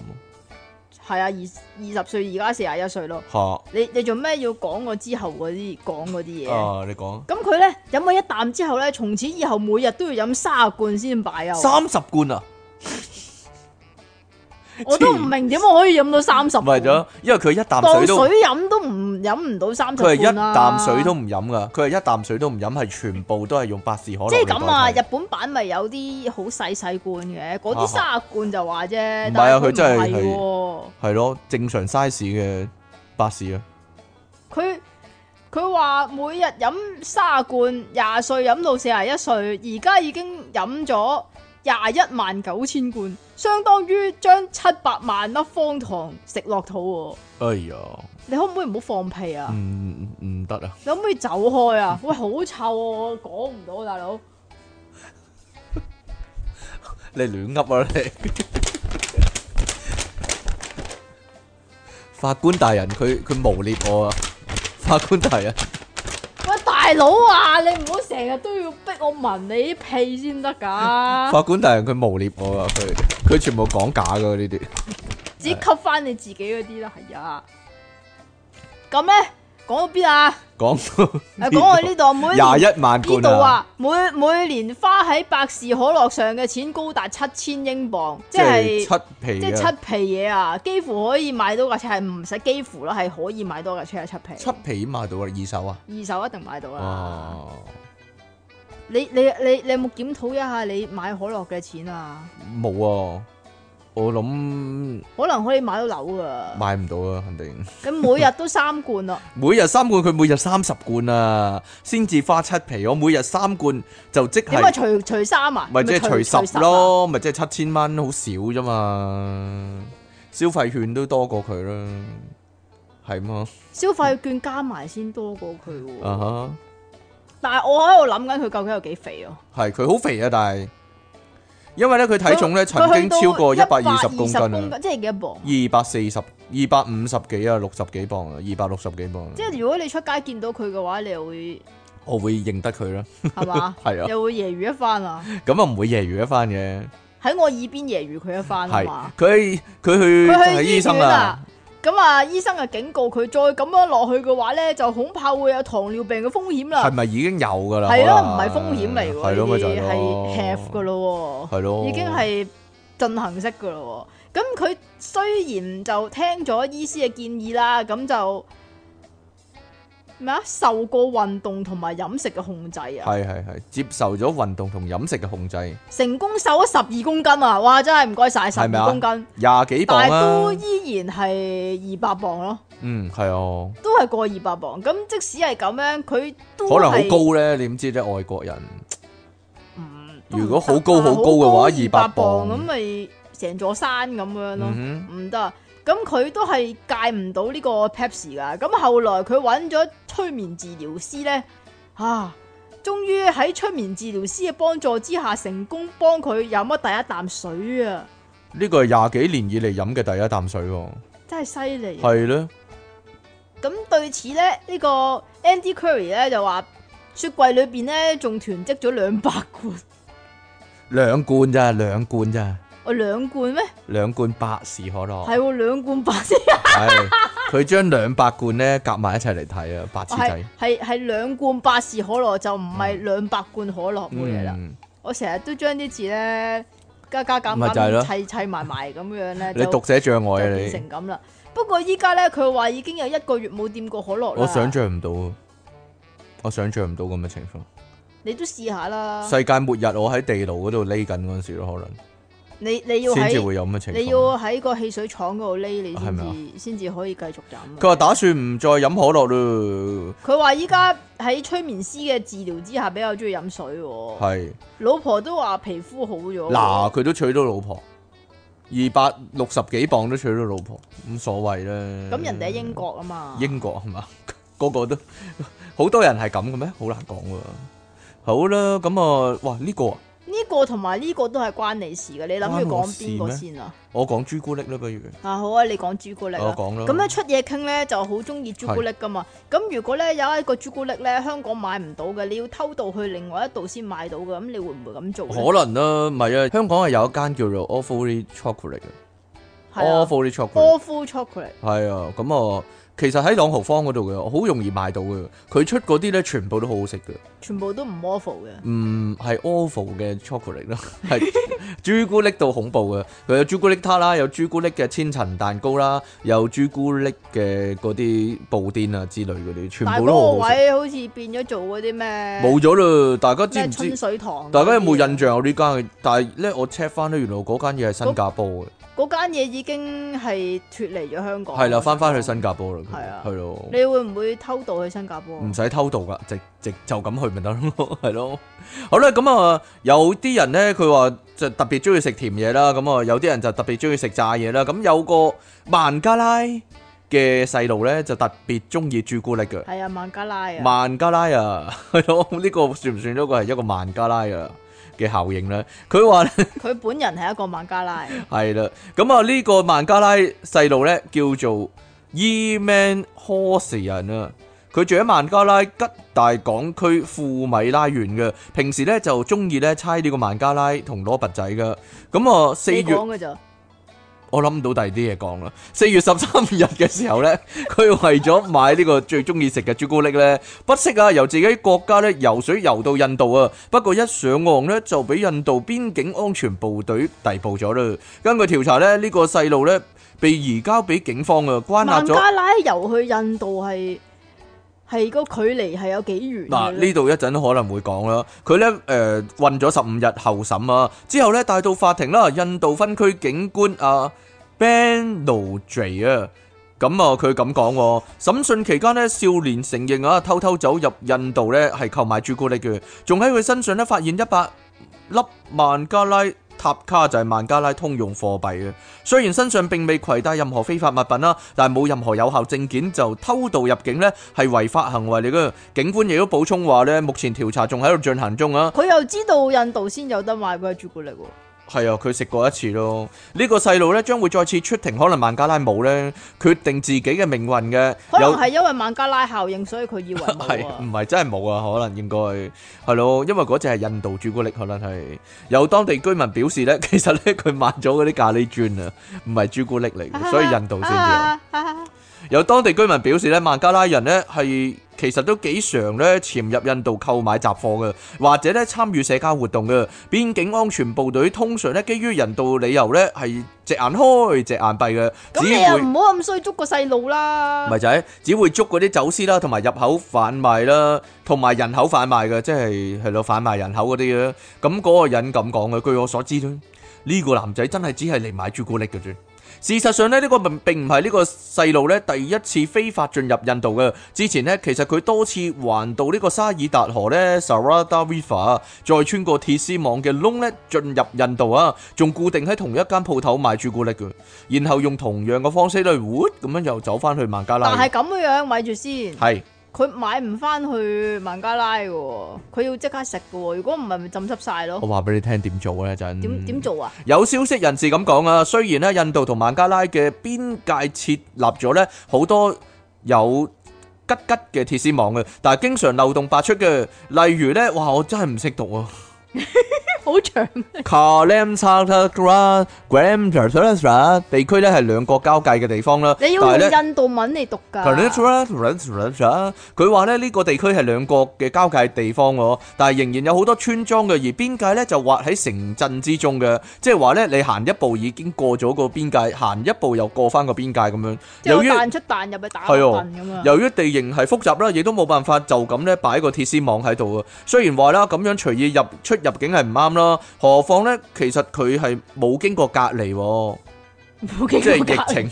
係啊，二二十歲而家四廿一歲咯。
喎
你你做咩要講我之後嗰啲講嗰啲
嚇
嘢？
啊！你講
咁佢咧飲咗一啖之後咧，從此以後每日都要飲三十罐先擺啊！
三十罐啊！
我都唔明點我可以飲到三十。
唔係咗，因為佢一啖
當
水
水
都。
飲都唔飲唔到三十
佢係
罐
一
啦
啖水都唔飲噶，佢係一啖水都唔飲，係全部都係用百事可樂嚟代
即
替。
係咁啊！日本版咪有啲好細細罐嘅，嗰啲
啊
三十罐就話啫。
唔
但
係啊
係佢
佢真係
唔係喎
係咯，正常 size 嘅百事啊，
佢佢話每日飲卅罐，廿歲飲到四十一歲，而家已經飲咗廿一萬九千罐，相當於將七百萬粒方糖食落肚喎。
哎呀，
你可唔可以唔好放屁
嗯
啊？
唔唔唔得啊！
你可唔可以走開啊？喂，好臭啊！我講唔到，大佬。
你亂噏啊你！ 法官大人，佢佢誣蔑我啊！法官大人，
喂，大佬啊，你唔好成日都要逼我聞你啲屁先得㗎，
法官大人，佢誣蔑我啊！佢佢全部講假噶呢啲。
自己吸翻你自己嗰啲啦，係啊。咁咧，講到邊啊？
講到
誒，講我呢度每一年
廿一萬
呢
罐
度！啊，每每年花喺百事可樂上嘅錢高達七千英鎊，即
即係
係
七皮
即係
啊！
七皮嘢啊，幾乎可以買到架車，係唔使幾乎啦，係可以買到架車係七皮，
七皮買到啊！二手啊！
二手一定買到啦。
哦，
你你你你有冇檢討一下你買可樂嘅錢啊？
冇啊！我諗
可能可以買到樓啊！
買唔到啊，肯定。
你每日都三罐啦，
每日三罐，佢每日三十罐啊，先至花七皮。我每日三罐就即
點解
係
除除三啊？
咪即
咪
係除十
啊。
咯，咪即係七千蚊，好少啫嘛。消費券都多過佢啦，係嘛？
消費券加埋先多過佢喎。
啊哈，
但係我喺度諗緊佢究竟有幾肥咯？
係佢好肥啊，但係因為咧佢體重咧曾經超過一百二十公斤啊，
啊！即係幾多磅？
二百四十、二百五十幾啊，六十幾磅啊，二百六十幾磅啊，
即係如果你出街見到佢嘅話，你又會
我會認得佢啦，？
係嘛
係啊
又會揶揄一番啊！
咁啊唔會揶揄一番嘅。
喺我耳邊揶揄佢一番啊
係
嘛。
佢佢去
佢
睇
去
醫
醫
生
院
啦
啊，，咁啊，醫生啊警告佢，再咁樣落去嘅話咧，就恐怕會有糖尿病嘅風險
係
啦。
咪已經有噶啦？
係咯，
可
唔
能
係風險嚟喎，
係咯，咪就
呢啲
咯
係 have 噶，咯
係咯，
喎，已經
哦
係進行式噶咯喎。咁佢雖然就聽咗醫師嘅建議啦，咁就咩啊，受過運動同埋飲食嘅控制啊。
係係係接受咗運動同飲食嘅控制，
成功瘦咗十二公斤啊！哇，真係唔該晒，十
係
二
咪啊
公斤，
廿幾磅啊
但係都
啦，
依然係二百磅咯，
嗯係啊，
都係過二百磅。咁即使係咁樣，佢都
可能好
係
高咧，你唔知咧外國人
嗯都唔得
如
啊
果好高好高嘅話
好高200
200磅
咁咪成座山咁樣咯，
嗯
唔得啊。咁佢都係戒唔到呢個 Pepsi 噶。咁後來佢揾咗催眠治療師咧，啊，終於喺催眠治療師嘅幫助之下，成功幫佢飲咗第一啖水啊！
哼呢個係廿幾年以嚟飲嘅第一啖水喎，
真係犀利啊！
係咧，
咁對此咧，呢、個 Andy Curry 咧就話雪櫃裏邊咧仲囤積咗兩百罐，
兩罐咋，兩罐咋，
哦兩罐咩？
兩罐百事可樂，
係喎兩罐白色，
係佢將兩百罐咧夾埋一齊嚟睇啊，白痴
係
仔，
係係兩罐百事可樂就唔係兩百罐可樂冇嘢啦。
嗯。
我成日都將啲字咧加加減
咪就係咯
減砌砌埋埋咁樣咧，
你
就
讀寫障
就
礙啊
變
你，
成咁啦。不過依家咧佢話已經有一個月冇掂過可樂啦，
我想象唔到啊，我想象唔到咁嘅情況。
你都試下啦。
世界末日，我喺地牢嗰度匿緊嗰陣時咯，可能
你你要
先至
喺
會有咁嘅情
你
況。
要喺個汽水廠嗰度匿你
係
先
咪啊
至先至可以繼續飲啊。
佢話打算唔再飲可樂咯，
佢話依家喺催眠師嘅治療之下，比較中意飲水、喎。
係
老婆都話皮膚好咗。
嗱，，佢都娶到老婆，二百六十幾磅都娶到老婆，咁所謂啦。
咁人哋喺英國啊嘛。
英國係嘛？ 個個都好多人係咁嘅咩？好難講喎。好啦，咁啊，哇呢個啊，
呢個同埋呢個都係關你事嘅，你諗住
關我
講
事
邊個
咩
先啊？
我講朱古力啦，不如
啊好啊，你講朱古力
我
啦。
講啦。
咁啊咧出嘢傾咧就好中意朱古力噶嘛。咁如果咧有一個朱古力咧香港買唔到嘅，你要偷渡去另外一度先買到嘅，咁你會唔會咁做呢？
可能啦，唔係啊，香港係有一間叫做 Awfully Chocolate 嘅
係啊
，Awfully Chocolate
，awful chocolate
係啊，咁啊，其實喺朗豪坊嗰度嘅，好容易買到嘅。佢出嗰啲咧，全部都好好食嘅。
全部都唔 awful 嘅。
嗯，係 Awful 嘅 chocolate 啦， 係朱古力到恐怖嘅。佢有朱古力塔啦，有朱古力嘅千層蛋糕啦，有朱古力嘅嗰啲布甸啊之類嗰啲，
但
全
係
部
嗰
都
個
好好食。
位好似變咗做嗰啲咩？
冇咗啦，大家知
咩
唔
春
知？
水啊堂？
大家有冇印？象有啊呢間嘅？但係咧，我 check 翻咧，原來嗰間嘢係新加坡嘅。
嗰間嘢已經係脱離咗香港，
係啦，翻翻去新加坡啦，佢
係啊
係咯，
你會唔會偷渡去新加坡？啊
唔使偷渡噶，直直就咁去咪得咯， 係咯。好啦，咁啊，有啲人咧，佢話就特別中意食甜嘢啦，咁啊，有啲人就特別中意食炸嘢啦。咁有個孟加拉嘅細路咧，就特別中意朱古力嘅。
係啊，孟加拉啊，
孟加拉啊， 係咯，呢個算唔算一個係一個孟加拉啊嘅效應咧？佢話咧
佢本人係一個孟加拉，
係啦，咁啊呢個孟加拉細路咧叫做 Eman h o s e 人啊，佢住喺孟加拉吉大港區富米拉縣嘅，平時咧就中意咧猜呢個孟加拉同攞拔仔噶，咁啊四
你
月。
講嘅咋？
我諗到第二啲嘢講啦。四月十三日嘅時候呢， 佢為咗買呢個最中意食嘅朱古力呢，不惜啊由自己國家呢游水游到印度啊。不過一上岸呢，就俾印度邊境安全部隊逮捕咗啦。根據調查呢，呢、個細路呢，被移交俾警方啊，關押
孟
咗。
加拉游去印度係係個距離係有幾遠嘅
嗱，
咧
呢度一陣可能會講啦。佢呢誒韞咗十五日候審啊，之後呢帶到法庭啦。印度分區警官啊 Ben Nojay 啊，咁啊佢咁講喎。審訊期間呢，少年承認啊偷偷走入印度呢係購買朱古力嘅，仲喺佢身上呢發現一百粒孟加拉塔卡，就係孟加拉通用貨幣嘅。雖然身上並未攜帶任何非法物品啦，但係冇任何有效證件就偷渡入境呢係違法行為嚟嘅。警官亦都補充話呢，目前調查仲喺度進行中啊。
佢又知道印度先有得賣嗰啲朱古力喎，
係啊，佢食過一次咯。呢、個細路呢將會再次出庭，可能孟加拉冇呢決定自己嘅命運嘅。
可能
有
係因為孟加拉效應，所以佢以為冇
係
啊
唔。係真係冇啊？可能應該係咯，因為嗰只係印度朱古力，可能係有當地居民表示呢，其實呢， 佢買咗嗰啲咖喱磚啊，唔係朱古力嚟嘅，所以印度先至有。
啊啊啊
啊有當地居民表示咧，孟加拉人咧係其實都幾常咧潛入印度購買雜貨嘅，或者咧參與社交活動嘅。邊境安全部隊通常咧基於人道理由咧係隻眼開隻眼閉嘅，
咁
只
你又
會
唔好咁衰捉個細路啦。
咪就係只會捉嗰啲走私啦，同埋入口販賣啦，同埋人口販賣嘅，即係係咯販賣人口嗰啲嘅。咁嗰個人咁講嘅，據我所知咧，呢、個男仔真係只係嚟買朱古力嘅啫。事實上咧，呢、個並並唔係呢個細路咧第一次非法進入印度嘅。之前呢，其實佢多次環到呢個沙爾達河咧 （Sarada River），再啊穿過鐵絲網嘅窿咧進入印度啊，仲固定喺同一間鋪頭賣朱古力嘅，然後用同樣嘅方式咧，喎咁樣又走翻去孟加
但
拉
係。咁樣樣，咪住先，
係
佢買唔翻去孟加拉嘅喎，佢要即刻食嘅喎。如果唔係，咪浸濕晒
我
咯。
話俾你聽點做咧，陣
哦點點做啊？
有消息人士咁講啊，雖然咧印度同孟加拉嘅邊界設立咗咧好多有吉吉嘅鐵絲網嘅，但係經常漏洞百出嘅。例如咧，哇！我真係唔識讀 啊
好長，
k a l a m s a t a g r a g r a m d a t a s a 地區咧係兩國交界嘅地方啦。
你
但
要
係咧
用印度文嚟讀㗎。
佢話咧呢個地區係兩國嘅交界地方喎，但係仍然有好多村莊嘅，而邊界咧就劃喺城鎮之中嘅，即係話咧你行一步已經過咗個邊界，行一步又過翻個邊界咁樣。
即係
由
我
於
彈出彈入去打個
係哦
棍咁啊！
由於地形係複雜啦，亦都冇辦法就咁咧擺個鐵絲網喺度啊。雖然話啦，咁樣隨意入出入境係唔啱啦，何況咧其實佢係冇經過隔離喎，
冇
即
經
係
過隔離
疫情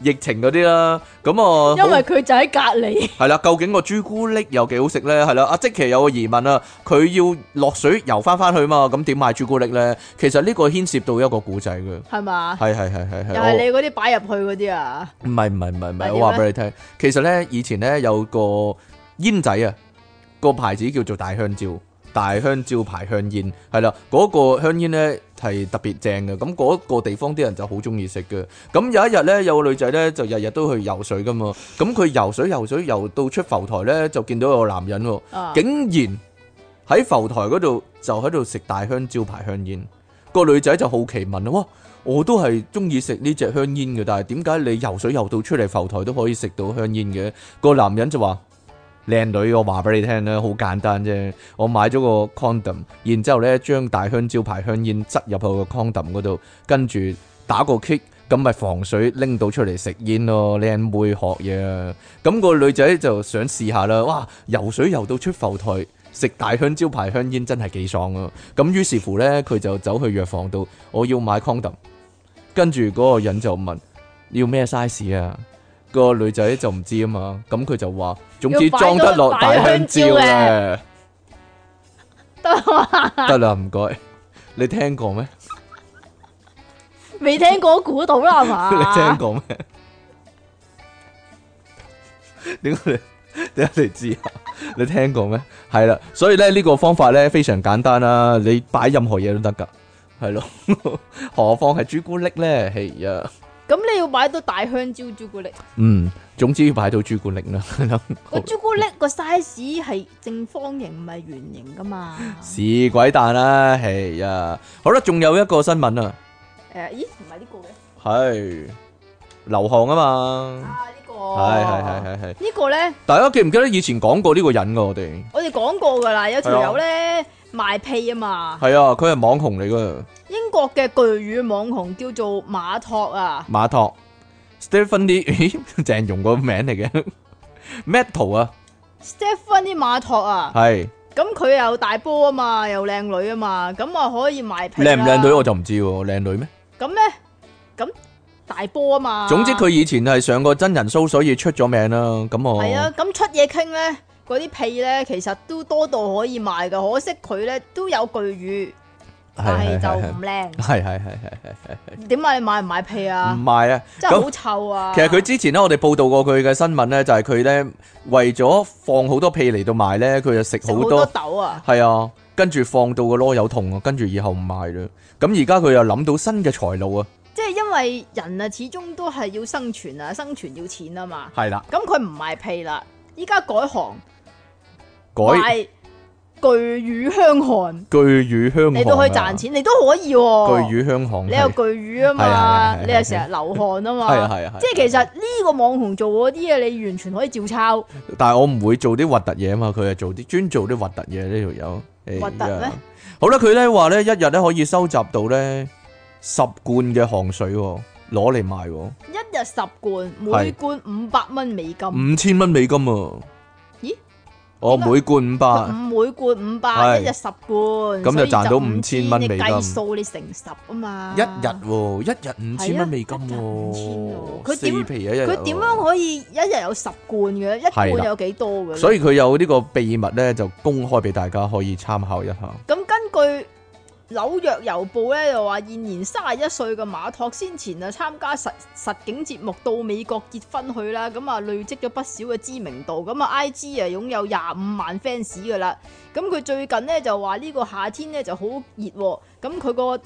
疫情嗰啲啦。咁啊，好
因為佢就喺隔離，
係啦，究竟個朱古力有幾好食呢？係啦，阿即奇有個疑問啊，佢要落水游翻翻去嘛，咁點買朱古力呢？其實呢個牽涉到一個古仔嘅，
係嘛？
係係係係
啊又係
係，
你嗰啲擺入去嗰啲啊？
我唔係唔係唔係唔
係點
係，
呢
我話俾你聽，其實呢，以前呢有個煙仔啊，個牌子叫做大香蕉，大香蕉牌香煙，係啦，嗰、個香煙呢係特別正嘅，咁嗰個地方啲人就好中意食嘅。咁有一日咧，有個女仔咧就日日都去游水噶嘛，咁佢游水游水游到出浮台咧，就見到有個男人喎。
啊，
竟然喺浮台嗰度就喺度食大香蕉牌香煙。個女仔就好奇問啦：，哇，我都係中意食呢隻香煙嘅，但係點解你游水游到出嚟浮台都可以食到香煙嘅？個男人就話：靚女，我話俾你聽啦，好簡單啫。我買咗個 condom，然之後咧將大香蕉牌香煙塞入去個 condom 嗰度，跟住打個 kick，咁咪防水拎到出嚟食煙咯。靚妹學嘢啊！咁個女仔就想試下啦，哇！游水游到出浮台，食大香蕉牌香煙真係幾爽啊！咁於是乎呢，佢就走去藥房度，我要買 condom。跟住嗰個人就問：要咩 size 啊？個女仔就唔知啊嘛，咁佢就話，總之
要擺
裝得落
多
大
大
香
香
蕉
蕉
咧，
得
得啦，唔該，你聽過咩？
未聽過估到啦係
你聽
嘛？
過咩？點解你點解你知啊？你聽過咩？係啦，所以咧呢個方法咧非常簡單啦，你擺任何嘢都得噶，係咯， 何況係朱古力咧？係啊。
咁你要買到大香蕉朱古力，
嗯，總之要擺到朱古力啦， 係啦
個朱古力個 size 係正方形唔係圓形噶 嘛？
是鬼蛋啦，係啊，好啦，仲有一個新聞啊，
誒，咦唔係呢個嘅，
係流汗啊嘛，
啊呢個，
係係係係係，
呢個咧
大家記唔記得以前講過呢個人噶？我哋
我哋講過噶啦，有條友
係啊
咧賣屁啊嘛，
係啊，佢係網紅嚟噶，
英國嘅巨乳網紅叫做馬托啊，
馬托 Stephanie，咦， 鄭融個名嚟嘅 Metal 啊，
Stephanie 馬托啊，
係
咁佢又大波啊嘛，又靚女啊嘛，咁啊可以賣屁啦
靚唔靚女我就唔知喎，靚女咩？
咁咧，咁大波啊嘛。
總之佢以前係上過真人 show，所以出咗名啦，咁我
係啊，咁出嘢傾咧，嗰啲屁咧其實都多到可以賣噶，可惜佢咧都有巨乳，但係就唔靚。
係係係係係
點解你買唔買屁
唔
啊？
賣啊！
真係
咁
好臭啊！
其實佢之前咧，我哋報道過佢嘅新聞咧，就係佢咧為咗放好多屁嚟到賣咧，佢就食
食
好
好
多
多，豆啊，
係啊，跟住放到個籮柚痛啊，跟住以後唔賣啦。咁而家佢又諗到新嘅財路啊，
即係因為人啊始終都係要生存啊，生存要錢啊嘛。
係啦，
咁佢唔賣屁啦，依家改行
改
賣巨乳香汗
巨乳香
嚟到去
行啊
賺，錢，你都可以喎。
巨乳香行
哦你有
係
巨乳啊
係啊係啊
嘛
係啊，
你又成日流汗啊
係啊
嘛，
係啊，
即係其實呢個網紅做嗰啲嘢，你完全可以照抄，
係，但係我唔會做啲核突嘢啊嘛，佢係做啲專做啲核突嘢呢條友，哎呀
核突咩？
好啦，佢咧話咧一日咧可以收集到咧十罐嘅汗水喎，攞嚟賣喎。
一日十罐，每
係
罐五百蚊美金，
五千蚊美金啊！
咦？
我
點解
每罐五
佢
百，
五每罐
係
五百，一日十罐，
就
所以
賺到5000
5000
蚊美金
你計數你乘十啊嘛，
一日喎，一日五千
係啊
蚊美金
一日
喎，
5000喎佢點
四皮啊一日喎。
佢點樣可以一日有十罐嘅？一罐
係啦
有幾多嘅咧？
所以佢有呢個秘密咧，就公開俾大家可以參考一下。
咁根據紐約郵報咧，就話現年三十一歲嘅馬托先前啊參加實實景節目到美國結婚去啦，咁啊累積咗不少嘅知名度，咁啊 IG 啊擁有廿五萬 fans 噶啦，咁佢最近咧就話呢個夏天咧就好熱喎，咁佢個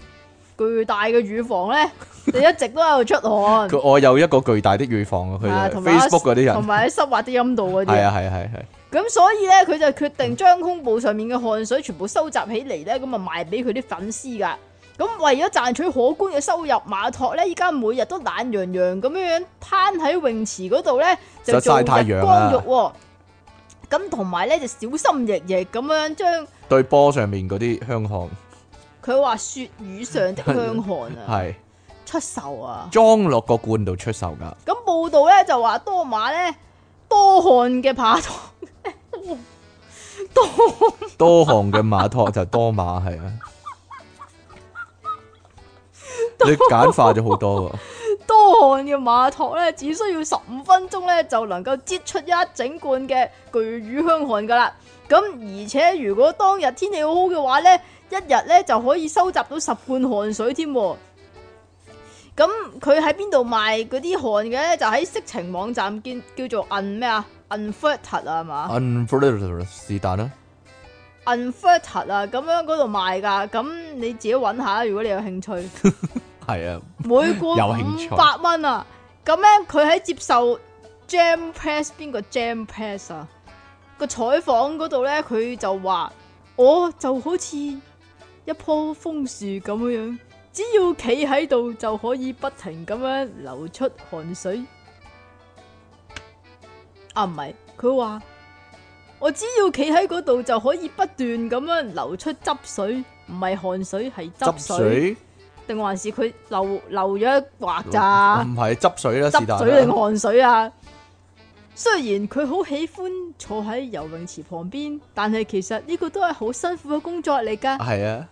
巨大嘅乳房咧就一直都喺度出汗，
佢我有一個巨大的預防 啊，佢
嗯啊
就
同埋
Facebook 嗰啲
同
人，
埋喺濕滑啲陰道嗰啲
係
啊。
啊係係係，
咁所以咧，佢就決定將胸部上面嘅汗水全部收集起嚟咧，咁啊賣俾佢啲粉絲噶。咁為咗賺取可觀嘅收入，馬托咧依家每日都懶洋洋咁樣樣攤喺泳池嗰度咧，就
就
做
曬太陽
日
啊
光浴喎。咁同埋咧就小心翼翼咁樣將
對波上面嗰啲香汗
佢話雪雨上的香汗 啊
係
出售啊。
裝落個罐度出售 㗎。
咁報道咧就話多馬咧多汗嘅馬托多
多項嘅馬托就多馬係 啊，你簡化咗好多喎。
多汗嘅馬托咧，只需要十五分鐘咧就能夠擠出一整罐嘅巨乳香汗噶啦。咁而且如果當日天氣好好嘅話咧，一日咧就可以收集到十罐汗水添喎。咁佢喺邊度賣嗰啲汗嘅咧？就喺色情網站叫叫做 un 咩啊，unfertile 啊係嘛
Unfiltered 是但啦，
，unfertile 啊咁樣嗰度賣噶。咁你自己揾下，如果你有興趣。
係啊，
每罐
有興趣
五百蚊啊！咁咧，佢喺接受 Jam Press 邊個 Jam Press 啊個採訪嗰度咧，佢就話：我就好似一棵楓樹咁樣樣，只要企喺度就可以不停咁樣流出汗水。啊，唔係，佢話我只要企喺嗰度就可以不斷咁樣流出汁水，唔係汗水係汁
執
水。
水
定還是佢漏漏咗一劃咋
唔？係執水啦，是
執
但
嘴定
啦。
汗水啊！雖然佢好喜歡坐喺游泳池旁邊，但係其實呢個都係好辛苦嘅工作嚟噶。
係啊，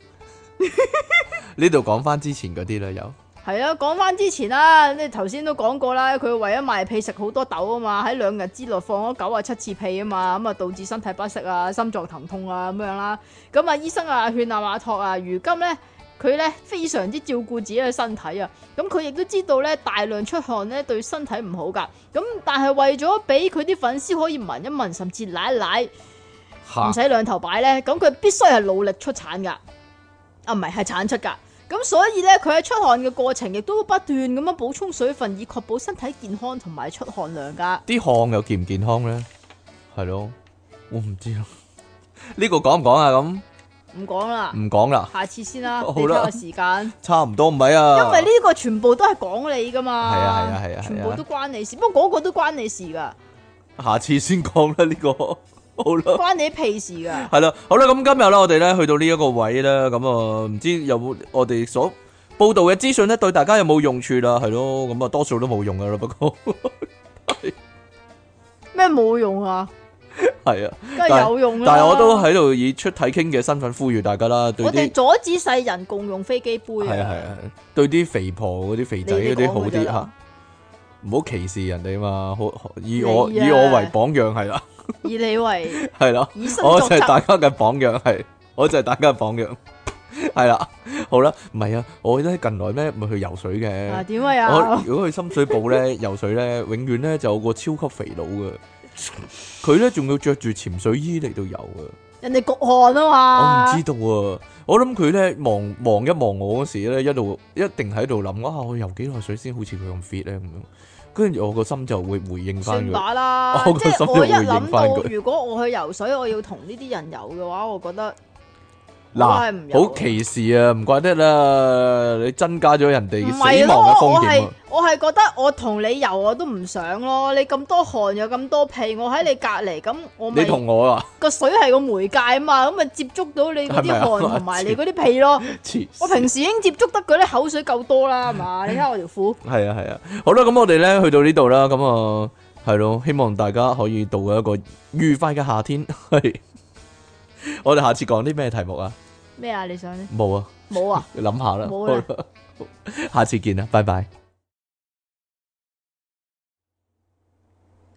呢度講翻之前嗰啲啦，有
係啊，講翻之前啦，你頭先都講過啦，佢為咗賣屁食好多豆啊嘛，喺兩日之內放咗九啊七次屁啊嘛，咁啊導致身體不適啊、心臟疼痛啊咁樣啦。咁啊，醫生啊勸阿馬托啊，如今呢，佢呢非常之照顧自己嘅身體啊，咁佢亦都知道呢，大量出汗呢對身體唔好噶，咁但係為咗俾佢啲粉絲可以聞一聞，甚至舐一舐。
吓
唔使兩頭擺咧，咁佢必須係努力出產噶，啊唔係係產出噶。咁所以咧，佢喺出汗嘅過程亦都不斷咁樣補充水分，以確保身體健康同埋出汗量噶。
啲汗又健唔健康咧？係咯，我唔知咯。呢個講唔講啊？咁
唔講啦，
唔講啦，
下次先啦，
嗯好啦
你睇下時間，
差唔多唔係啊。
因為呢個全部都係講你噶嘛，
係啊係啊係啊係啊
全部都關你事，不過嗰個都關你事噶，
下次先講啦，呢、個 好啦。
關你屁事噶。
系啦，好啦，咁今日咧，我哋咧去到呢一個位啦，咁啊，唔知有冇我哋所報道嘅資訊咧，對大家有冇用處啦？係咯，咁啊，多數都冇用噶啦，不過
咩冇用啊？
係啊，
梗係有用啦。
但係我都喺度以出體傾嘅身份呼籲大家啦，對
我哋
啲
阻止世人共用飛機杯
係啊
啊！
係啊，對啲肥婆嗰啲肥仔
你
嗰啲
講
好
㗎
啲
咋
吓，唔好歧視人哋嘛，好好以我
你啊
以我為榜樣係啦，
以你為
係啦。
以 身
我
作
就
則啊
係。大家嘅榜樣，係 我就係大家嘅榜樣， 係啦，好啦，唔係啊，我咧近來咧咪去游水
啊，
嘅，
點啊又？
我如果去深水埗咧游水咧，永遠咧就有個超級肥 佬嘅，佢咧仲要着住潛水衣嚟到游啊，
人哋焗汗啊嘛，
我唔知道啊，我諗佢咧望望一望我嗰時咧，一路一定喺度諗啊，我游幾耐水先好似佢咁 fit 咧咁樣，跟住我個心就會回應翻
算
佢，
把啦。
我
即
個心
係
都
我一
會
諗
影返
到，
佢
如果我去游水，我要同呢啲人游嘅話，我覺得我係唔
嗱，
游啊
好歧視啊，唔怪得啦，你增加咗人哋
唔
死亡
係咯。
嘅
我
風險
係
啊！
我係覺得我同你游我都唔想咯。你咁多汗又咁多屁，我喺你隔離，咁我
你
咪
同我 啊，
個水係個媒介啊嘛，咁咪接觸到你嗰
係咪啊
啲汗同埋你嗰啲屁 咯。
黐
我
線
平時已經接觸得嗰啲口水夠多啦，係嘛？你睇下我條褲，
係啊係啊，好啦，咁我哋咧去到呢度啦，咁啊係咯，希望大家可以度過一個愉快嘅夏天。係，我哋下次講啲咩題目啊？
咩啊？你想呢
冇啊，
冇啊？
你諗下啦。
冇啦
好啦，下次見啦，啊拜拜。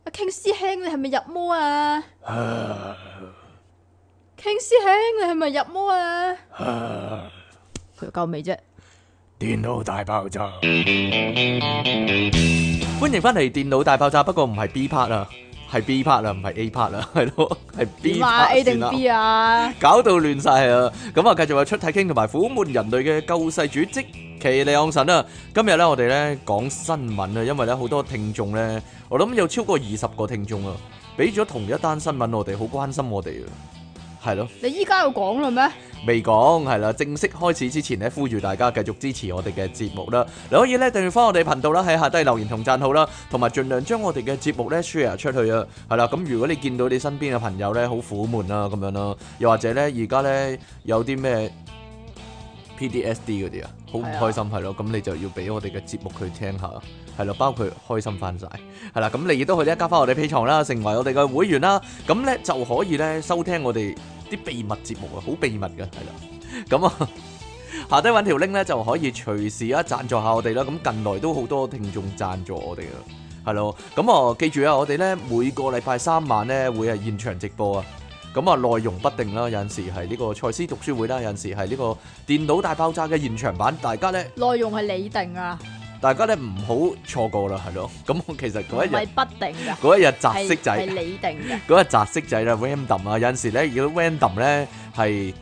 阿 King 師兄，你係咪入魔啊？King 師兄，你係咪入魔啊？佢夠未啫？
電腦大爆炸，歡迎翻嚟《電腦大爆炸》，不過唔係 B part 啊，係 B part 啊，唔係 A part 啊，係咯，係 B
點啊
part
？A
先
定
啦
B 啊？
搞到亂晒啊！咁啊，繼續有出體傾同埋苦悶人類嘅救世主即其利昂神啊！今日咧，我哋咧講新聞啊，因為咧好多聽眾咧，我諗有超過二十個聽眾啊，俾咗同一單新聞我哋，好關心我哋啊，係咯。
你依家要講啦咩？
未講係啦，正式開始之前咧，呼籲大家繼續支持我哋嘅節目啦。你可以咧訂閱翻我哋頻道啦，喺下低留言同讚好啦，同埋盡量將我哋嘅節目咧 share 出去啊。係啦，咁如果你見到你身邊嘅朋友咧好苦悶啊啦咁樣啦，又或者咧而家咧有啲咩 PDSD 嗰啲啊，好唔
係啊
開心係咯，咁你就要俾我哋嘅節目佢聽下。係啦，包括開心翻晒，係啦，咁你亦都可以咧加翻我哋 P 床啦，成為我哋嘅會員啦，咁咧就可以咧收聽我哋啲秘密節目啊，好秘密嘅，係啦， 咁啊。下低揾條 link 咧就可以隨時啊贊助下我哋啦，咁近來都好多聽眾贊助我哋啊，係咯，咁啊記住啊，我哋咧每個禮拜三晚咧會係現場直播啊，咁啊內容不定啦，有陣時係呢個賽斯讀書會啦，有陣時係呢個電腦大爆炸嘅現場版，大家咧
內容係你定啊，
大家咧唔好錯過啦，係咯。咁我其實
唔
嗰一日
係不定噶，
嗰一日擲
係
色
係
仔，
你定嘅。
嗰日擲色仔啦，random 啊，有陣時咧如果 random 咧係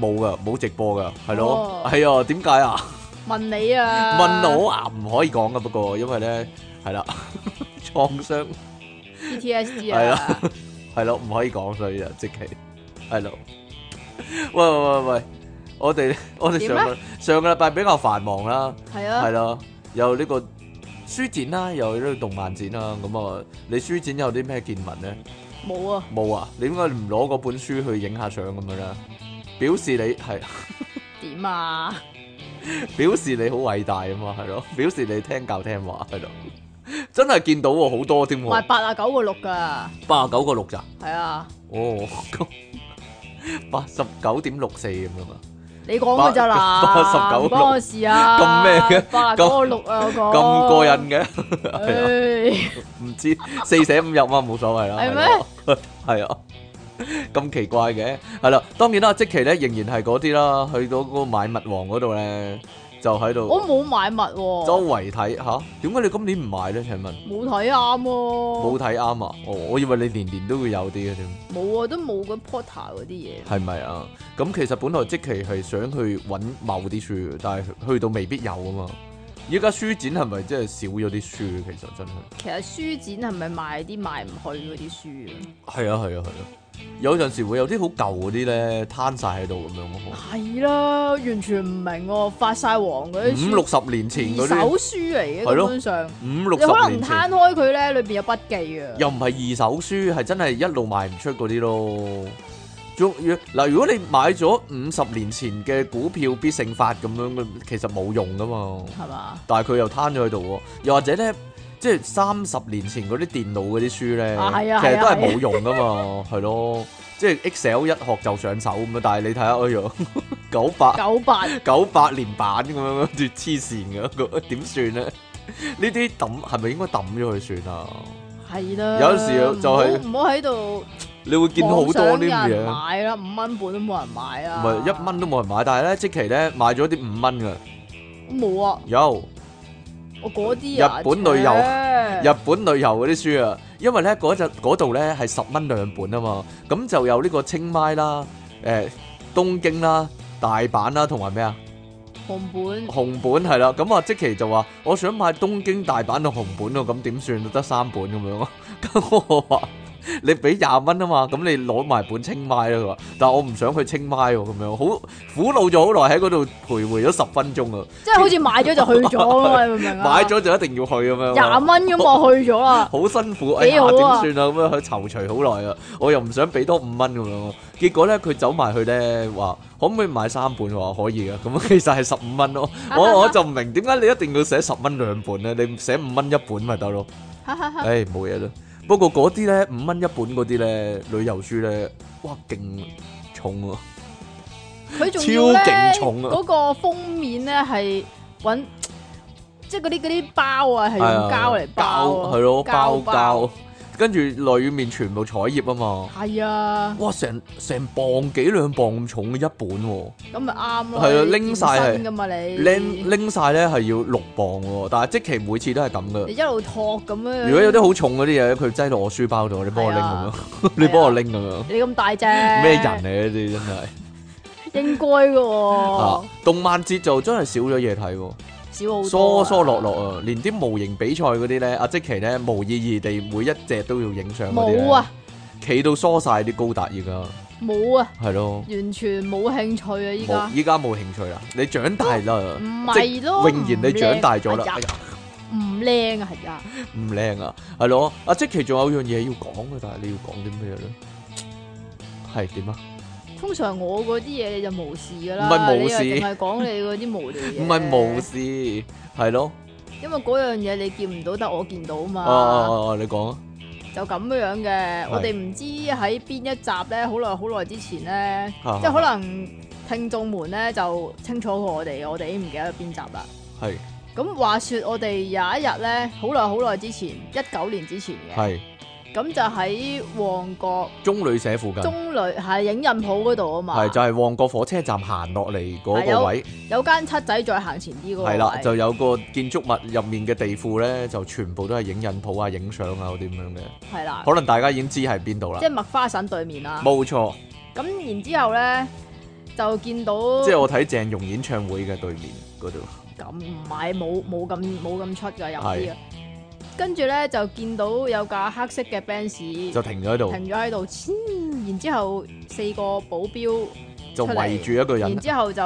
冇噶，冇直播噶，係咯
哦，
係啊，點解啊？
問你啊？
問我啊，唔可以講噶，不過因為咧係啦， 創傷
PTSD
係
啊？
係咯，唔可以講，所以就即期係咯。喂喂喂喂，我哋我哋
點
上個上個禮拜比較繁忙啦。
係
係
啊，
咯，有呢個書展啦，有呢個動漫展啦，咁啊，你書展有啲咩見聞咧？
冇啊，
冇啊，你應該唔攞嗰本書去影下相咁樣啦，表示你係
點啊？
表示你好偉大啊嘛，係咯， 表示你聽教聽話係咯，真係見到喎好多添
賣
喎，
八啊九個六噶，
八十九個六咋？
係啊，
哦，咁八十九點六四咁樣啊，
你講嘅咋啦，
八八十九
唔關我事啊，
咁咩嘅
八
咁
九六啊，我講
咁過癮嘅，係啊，
唉
唔知四捨五入啊，冇所謂啦，
係
係咯？ 係啊，咁奇怪嘅，係啦，當然啦，即期咧仍然係嗰啲啦，去到嗰個買物王嗰度咧，就喺度
我冇買物喎，
周圍睇吓，點解你今年唔買咧？請問
冇睇啱喎
冇，睇啱啊？我我以為你年年都會有啲嘅添。
冇啊，都冇嗰 porter 嗰啲嘢，
係咪啊？咁其實本來即期係想去揾某啲書嘅，但係去到未必有啊嘛。依家書展係咪真係少咗啲書？其實真係
其實書展係咪賣啲賣唔去嗰啲書啊？
係啊係啊係啊！有陣時會有啲好舊嗰啲咧攤晒喺度咁樣咯，
係啦，完全唔明喎，發晒黃嗰啲書
五六十年前嗰
二手
啲，
書嚟嘅，
係咯
根本上
五
你
六
可
十
能
年
攤
前
開佢咧，裏邊有筆記啊。
又唔係二手書，係真係一路賣唔出嗰啲咯。仲要嗱，如果你買咗五十年前嘅股票必勝法咁樣，其實冇用噶嘛。
係嘛？
但係佢又攤咗喺度喎，又或者咧，即係三十年前嗰啲電腦嗰啲書咧，
啊係啊
其實都係
係啊係啊
冇用噶嘛，係咯，即係 Excel 一學就上手咁啊！但係你睇下，哎呦， 九八
九八
九八年版咁樣， 跟住黐線嘅，個點算咧？呢啲抌係咪應該抌咗佢算啊？
係啦，
有陣時就係
唔好唔好喺度
你會見好多呢啲
妄想有人
嘢，
買啊啦，五蚊本都冇人買
唔
啊，
係一蚊都冇人買，但係咧即期咧買咗啲五蚊嘅，
冇啊，
有。
我嗰啲啊，
日本旅遊
遊
日本旅遊嗰啲書啊，因為咧嗰陣嗰度咧係十蚊兩本啊嘛，咁就有呢個清邁啦、誒、東京啦、大阪啦，同埋咩啊
紅本
紅本係啦，咁啊即期就話我想買東京、大阪同紅本咯，咁點算得三本咁樣啊？ 咁我話你俾廿蚊啊嘛，咁你攞埋本清邁啦，佢話，但係我唔想去清邁喎，咁樣好苦惱咗好耐喺嗰度徘徊咗十分鐘啊，
即係好似買咗就去咗啊嘛，你明唔明啊？
買咗就一定要去咁樣啊。
廿蚊咁我去咗啦，
好辛苦，哎呀
幾好
點算
啊
啊？咁樣佢躊躇好耐啊，我又唔想俾多五蚊咁樣喎。結果咧佢走埋去咧話，可唔可以買三本？我話可以啊。咁其實係十五蚊咯。我我就唔明點解你一定要寫十蚊兩本咧？你寫五蚊一本咪得咯？
哈哈哈
唉，冇嘢啦。不過嗰啲咧五蚊一本嗰啲咧旅遊書咧，哇勁重啊！
佢仲要咧
超勁重啊
嗰個封面咧係揾即係嗰啲嗰啲包啊，係
係啊
用膠嚟包啊，
係咯，包
膠
膠，跟住裡面全部彩頁啊嘛。
係啊，
哇！成成磅幾兩磅咁重嘅一本喎、
咁咪啱咯，
係啊拎晒係
噶嘛你
拎拎晒咧係要六磅喎，但係即期每次都係咁
你
嘅。
一路托咁樣。
如果有啲好重嗰啲嘢，佢擠落我書包度，你幫我拎咁
係啊
樣， 你幫我拎咁樣，
你咁大隻，
咩人嚟？嘅你真係
應該嘅喎
啊，！動漫節就真係少咗嘢睇喎，
少哦好多。
疏疏落。落啊！連啲模型比賽嗰啲咧，阿即期咧無意義地每一隻都要影相嗰啲
冇
咧
啊，
企到疏晒啲高達而家，
冇啊，
係咯，
完全冇興趣啊！依家
冇依家冇興趣啦，你長大啦，
唔係咯，啊
榮然你長大咗啦，哎呀
唔靚啊，係啊，
唔靚啊，係咯。阿即其仲有樣嘢要講啊嘅，但係你要講啲咩咧？係點啊？
通常我嗰啲嘢你就無視噶啦，
唔係無視
你又淨係講你嗰啲無聊嘢。
唔係無，視，係咯。
因為嗰樣嘢你見唔到，得我見到
哦哦
嘛，
哦哦，你講啊。
就咁樣嘅。我哋唔知喺邊一集咧，好耐好耐之前咧，
哈哈
即係可能聽眾們咧就清楚過我哋，我哋已經唔記得咗邊集啦。
係
咁話說我哋有一日咧，好耐好耐之前，一九年之前嘅，
係
咁就喺旺角
中旅社附近，
中旅係影印鋪嗰度啊嘛，
係就係旺角火車站行落嚟嗰
係有
個位，
有間七仔再行前啲嗰個
係啦，
位
就有個建築物入面嘅地庫咧，就全部都係影印鋪啊、影相啊嗰啲咁樣嘅。
係啦，
可能大家已經知係邊度啦
啊即。係麥花臣對面啦。
冇錯，
咁然之後咧就見到
即係我睇鄭融演唱會嘅對面嗰度。
咁唔係冇冇咁冇咁出㗎有啲
係
啊，跟住咧就見到有架黑色嘅 Benz 停
就停咗喺度，
咗喺度，黐然之後四個保鏢。
就圍住一個人
然，之後就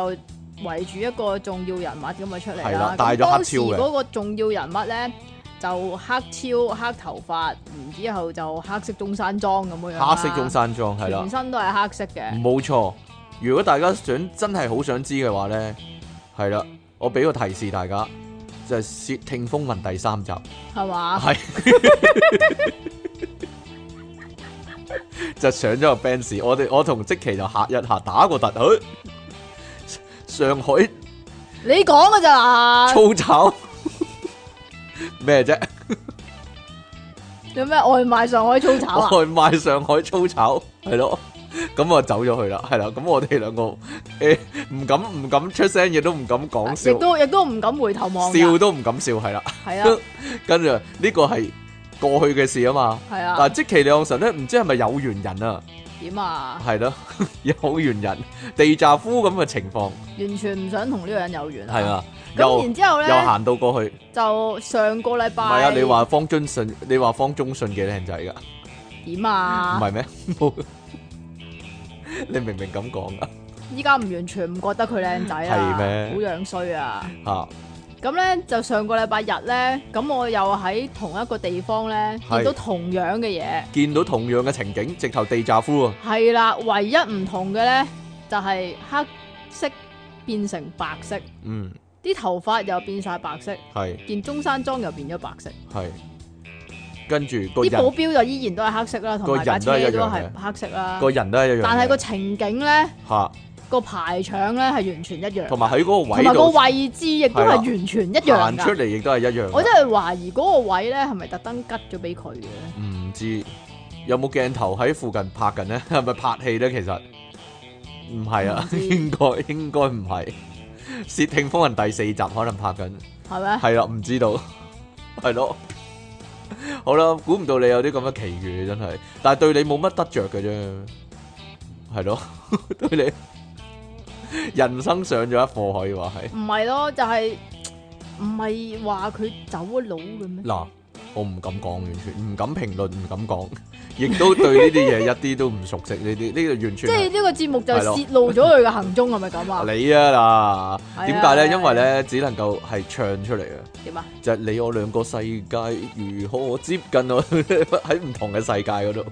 圍住一個重要人物咁啊出嚟
係
啦
啦。
咁
戴咗黑
當時
超嘅
嗰個重要人物咧就黑超、黑頭髮，然之後就黑色中山裝咁樣樣啦
黑色中，山裝係啦嗯
全。身都係黑色嘅。
冇錯，如果大家想真係好想知嘅話呢，係啦，我俾個提示大家，就係、竊聽風雲》第三集，
啊係嘛？
係就上咗個 Benz，我哋我同即奇就嚇一嚇，打個突，佢哎上海
你讲噶咋？
粗炒咩啫？
有咩外卖上海粗炒啊？
外賣上海粗炒，係咯。咁我走咗去啦，係啦。咁我哋兩個誒唔敢唔敢出聲，亦都唔敢 講笑
啊亦，都亦都唔敢回头望㗎。
笑都唔敢笑，係啦。
系啊
跟住呢個係過去嘅事啊嘛。
系啊
嗱，，即其兩神咧，唔知係咪有緣人啊？
点啊？
係咯， 有緣人地炸夫咁嘅情況，
完全唔想同呢個人有緣。
係，啊，
咁
又
然之後
又
咧，
行到過去。
就上個禮拜，
唔係啊，你話方中信，你話方中信幾靚仔㗎？
點
唔
啊？
係咩？冇， 你明明咁講㗎
依家唔完全唔覺得佢靚仔啊，
係咩嗯
好樣衰啊！
嚇，
咁咧就上個禮拜日咧，咁我又喺同一個地方咧
係
見到同樣嘅嘢，
見到同樣嘅情景，直頭地炸夫啊！
係啦，唯一唔同嘅咧就係黑色變成白色，
嗯，
啲頭髮又變晒白色，
係
件中山裝又變咗白色，
係，跟住個
啲保
人
鏢就依然都係黑色啦，同埋
個
架
人都係
車
一樣
都
嘅
係黑色啦。
個人都係一樣嘅，
但係個情景咧，
嚇，
個排場咧係完全一樣，
同埋喺嗰個
同
位
埋個
度
位置亦都係完全一樣
行出
㗎。
嚟，亦都係一樣㗎。
我真係懷疑嗰個位咧係咪特登吉咗俾佢嘅咧？
唔知有冇鏡頭喺附近拍緊呢？ 係咪拍戲呢？其實唔係啊
唔，知
應該應該唔係。《竊聽風雲》第四集可能拍 緊，
係咪？
係啦，唔知道，係咯。好啦，估唔到你有啲咁嘅奇遇，真係。但係對你冇乜得着嘅啫，係咯， 對你人生上咗一課可以話係。
唔係咯，就係唔係話佢走咗佬嘅咩？
嗱，我唔敢講，完全唔敢評論，唔敢講，亦都對呢啲嘢一啲都唔熟悉。呢啲呢個完
即
全係
係呢個節目就
係咯
泄露咗佢嘅行蹤係咪咁啊？
你啊
係啊
嗱，點解咧？因為咧，只能夠係唱出嚟啊，
點啊？
就係你我兩個世界如何接近我 喺唔同嘅世界嗰度，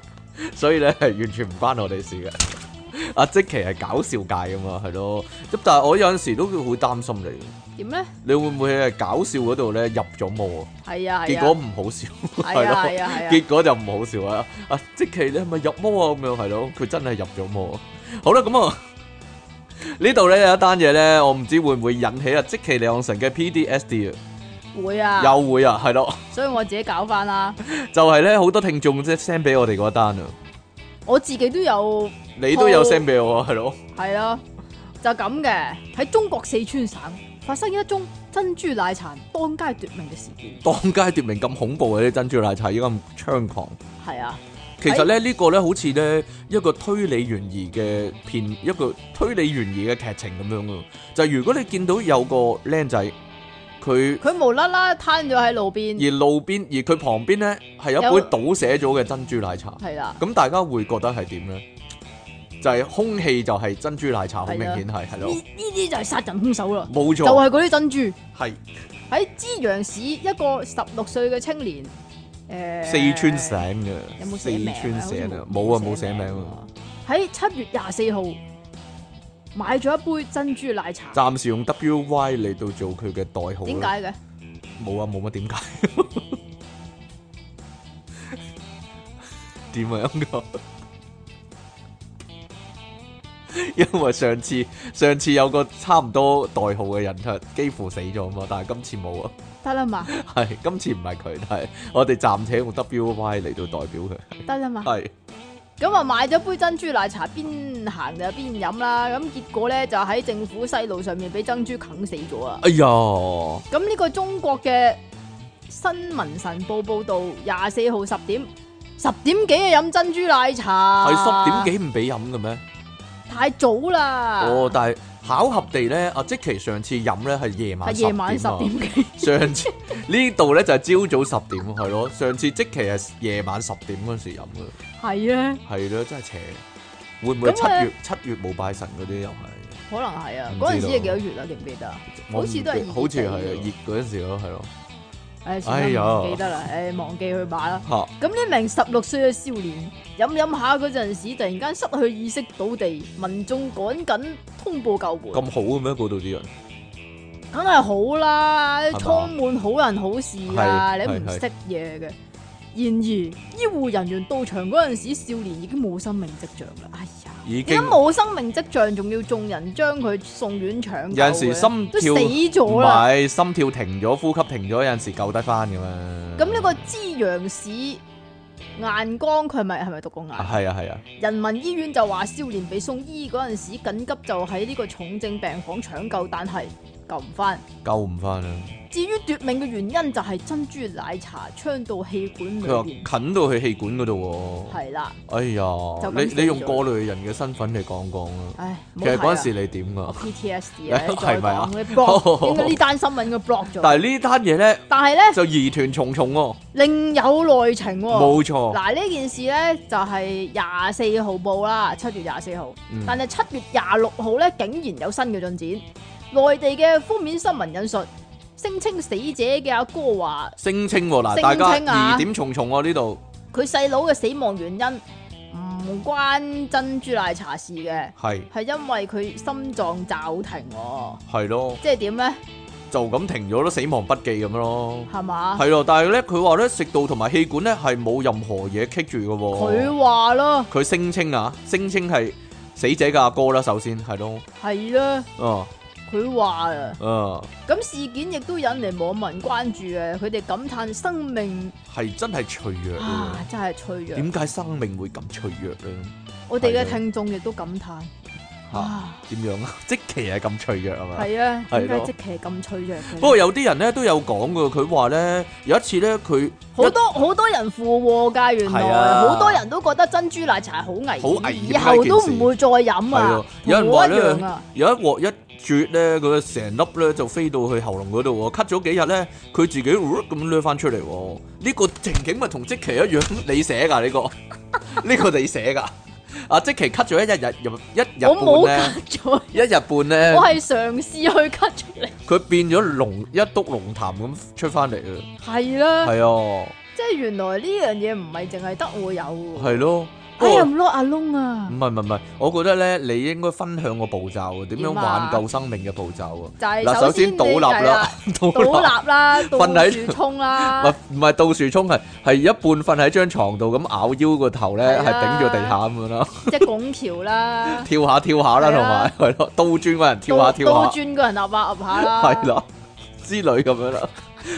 所以咧係完全唔關我哋事嘅。阿即奇係搞笑界噶嘛，係咯。咁但係我有陣時都會擔心你，
點咧？
你會唔會喺搞笑嗰度咧入咗魔啊？
係啊，係
結
啊
果唔好笑，
係
係
啊，
咯。
係啊，係啊，
結果就唔好笑啊！啊，即其你係咪入魔啊？咁樣係咯，佢真係入咗魔。好啦，咁啊，呢度咧有一單嘢咧，我唔知會唔會引起啊即其李昂臣嘅 PDSD 啊，
會啊，
又會啊，係咯，
所以我自己搞翻啦，
就係咧好多聽眾即 send 俾我哋嗰單啊，
我自己都有
你都有
好
send 俾我啊，係咯，
係咯，就咁嘅。喺中國四川省發生一宗珍珠奶茶當街奪命嘅事件，
當街奪命咁恐怖嘅啲啊珍珠奶茶依家咁猖狂。
係啊，
其實咧呢個咧好似咧一個推理懸疑嘅片，一個推理懸疑嘅劇情咁樣啊。就係如果你見到有個僆仔，佢
佢無啦啦攤咗喺路邊，
而路邊而佢旁邊咧係有
有
一杯倒瀉咗嘅珍珠奶茶，
係啦，
咁大家會覺得係點咧？就係、空氣就係珍珠奶茶，好
係啊
明顯係係
呢
咯，
呢啲就係殺人兇手啦，
冇
就
錯，
係嗰啲珍珠。
係
喺資陽市一個十六歲嘅青年，
四
誒
川省嘅，
有冇
四
寫名啊
川省啊
好似，
冇啊冇寫名啊，
啊！喺七月廿四號買咗一杯珍珠奶茶，
暫時用 WY 嚟到做佢嘅代號
點
啦，
解嘅？
冇啊冇乜點解， 點啊樣噶？ 因為上次上次有個差唔多代號嘅人，佢幾乎死咗嘛，但係今次冇啊，
得啦嘛，
係今次唔係佢，但係我哋暫且用 WY 嚟到代表佢，
得啦嘛。
係
咁啊買咗杯珍珠奶茶，邊行就邊飲啦。咁結果咧就喺政府西路上面俾珍珠啃死咗啊！
哎呀，
咁呢個中國嘅新聞晨報報導，廿四號十點十點幾啊飲珍珠奶茶，
係十
幾
點幾唔俾飲嘅咩？
太早啦。
哦，但係巧合地咧，阿即奇上次飲咧係夜晚
係夜晚
10
十
點啊
點幾，
上次呢度咧就係朝早十點，係咯。上次即期係夜晚十點嗰時飲嘅，
係啊，
係咯，真係邪。會唔會七
咁啊
月七月冇拜神嗰啲又係？
可能係啊
唔。知道
嗰陣時係幾多月啊？記唔記得啊？
我唔
好似都係
記好似係
熱
啊
嘅
熱嗰陣時咯，係咯
唉，
哎
算
呀
啦，唔記得啦，唉，忘記佢買啦。
嚇
咁呢名十六歲嘅少年飲飲下嗰陣時，突然間失去意識倒地，民眾趕緊通報救援，
咁好嘅咩？嗰度啲人
梗係好啦，
嘛
充滿好人好事啊！
係
你唔
係
識嘢嘅，然而，醫護人員到場嗰陣時，少年已經冇生命跡象啦。哎呀，
已經
點解冇生命跡象，仲要眾人將佢送院搶救
有陣時
嘅
心
都
跳
死咗
唔
啦。
係心跳停咗，呼吸停咗，有陣時救得翻噶嘛。
咁呢個資陽市眼光，佢係咪係咪讀過眼？
係啊係啊，
人民醫院就話少年被送醫嗰陣時，緊急就喺呢個重症病房搶救，但係救唔翻。
救唔啊翻啦。
至於奪命嘅原因就係珍珠奶茶槍到氣管裏
佢
邊，
話近到去氣管嗰度喎。
係啦，
哎
就
呀，
咁
你
死咗
你用過來人嘅身份嚟講講啊。
唉，
其實嗰陣
時
時你點噶？
PTSD 咧，再
係咪啊
講你
好
block，應該呢單新聞佢 block 咗。
但係呢單嘢咧
但係咧，
就疑團重重喎，
另有內情喎。
冇錯。
嗱呢件事咧就係廿四號報啦，七月廿四號。
嗯
但係七月廿六號咧，竟然有新嘅進展。內地嘅封面新聞引述，聲稱死者嘅阿哥話，
聲稱喎，嗱，
聲
大
稱啊
家疑點重重喎呢度，
佢細佬嘅死亡原因唔關珍珠奶茶事嘅，
係
係因為佢心臟驟停、喎。
係咯，
即係點咧？
就咁停咗咯，死亡筆記咁樣咯，
係嘛？
係咯。但係咧，佢話咧食道同埋氣管咧係冇任何嘢棘住嘅喎。
佢話咯，
佢聲稱啊，聲稱係死者嘅阿哥啦，首先係咯，
係啦，
嗯
佢話啊。
嗯，
咁事件亦都引嚟網民關注嘅，佢哋感嘆生命
係真係脆弱
啊
嘅。嗯
真係脆弱。
點解生命會咁脆弱咧？
我哋
係
嘅
咯
聽眾亦都感嘆
嚇
啊。
點樣啊？ 即期係咁脆弱係嘛？
系啊，
係
點解
咯
即期咁脆弱嘅？
不過有啲人咧都有講噶，佢話咧有一次咧佢
好多好多人附和㗎，原
係
來
啊
好多人都覺得珍珠奶茶好危
好危險嘅啊
險，
一件事
以後都唔會再飲
係
啊
啊！有人話
同
呢
我一樣啊，
有一鑊一啜咧，佢成粒咧就飛到去喉嚨嗰度喎，咳咗幾日咧，佢自己咁掠翻出嚟喎。呢、個情景咪同即期一樣，你寫㗎呢、個， 呢個你寫㗎。阿即期咳咗一日日入一日
我冇
半咧，
咳咗，
一日半
我
咧，
係嘗試去咳出嚟，
佢變咗龍一篤龍痰咁出翻嚟啊！
係啦，
係啊，
即係原來呢樣嘢唔係淨係得我有喎，
係咯。不
哎
過
呀唔 lock 阿窿啊
唔，係唔係唔係，我覺得咧，你應該分享個步驟啊，點樣
點
挽
啊
救生命嘅步驟啊。
就係
嗱，首先
你
倒立
係
啦， 倒
倒
立。
立啦，倒
瞓喺
樹 衝啦，
唔唔係到樹衝係係一半瞓喺張床度咁咬腰個頭咧，
係
係
啊
頂住地下咁樣啦，，
即係拱橋啦
跳下跳下啦，
係
同
啊
埋係咯，倒轉個人跳
倒
下跳
倒
下，
轉個人噏下噏下啦，
係啦之類咁樣啦。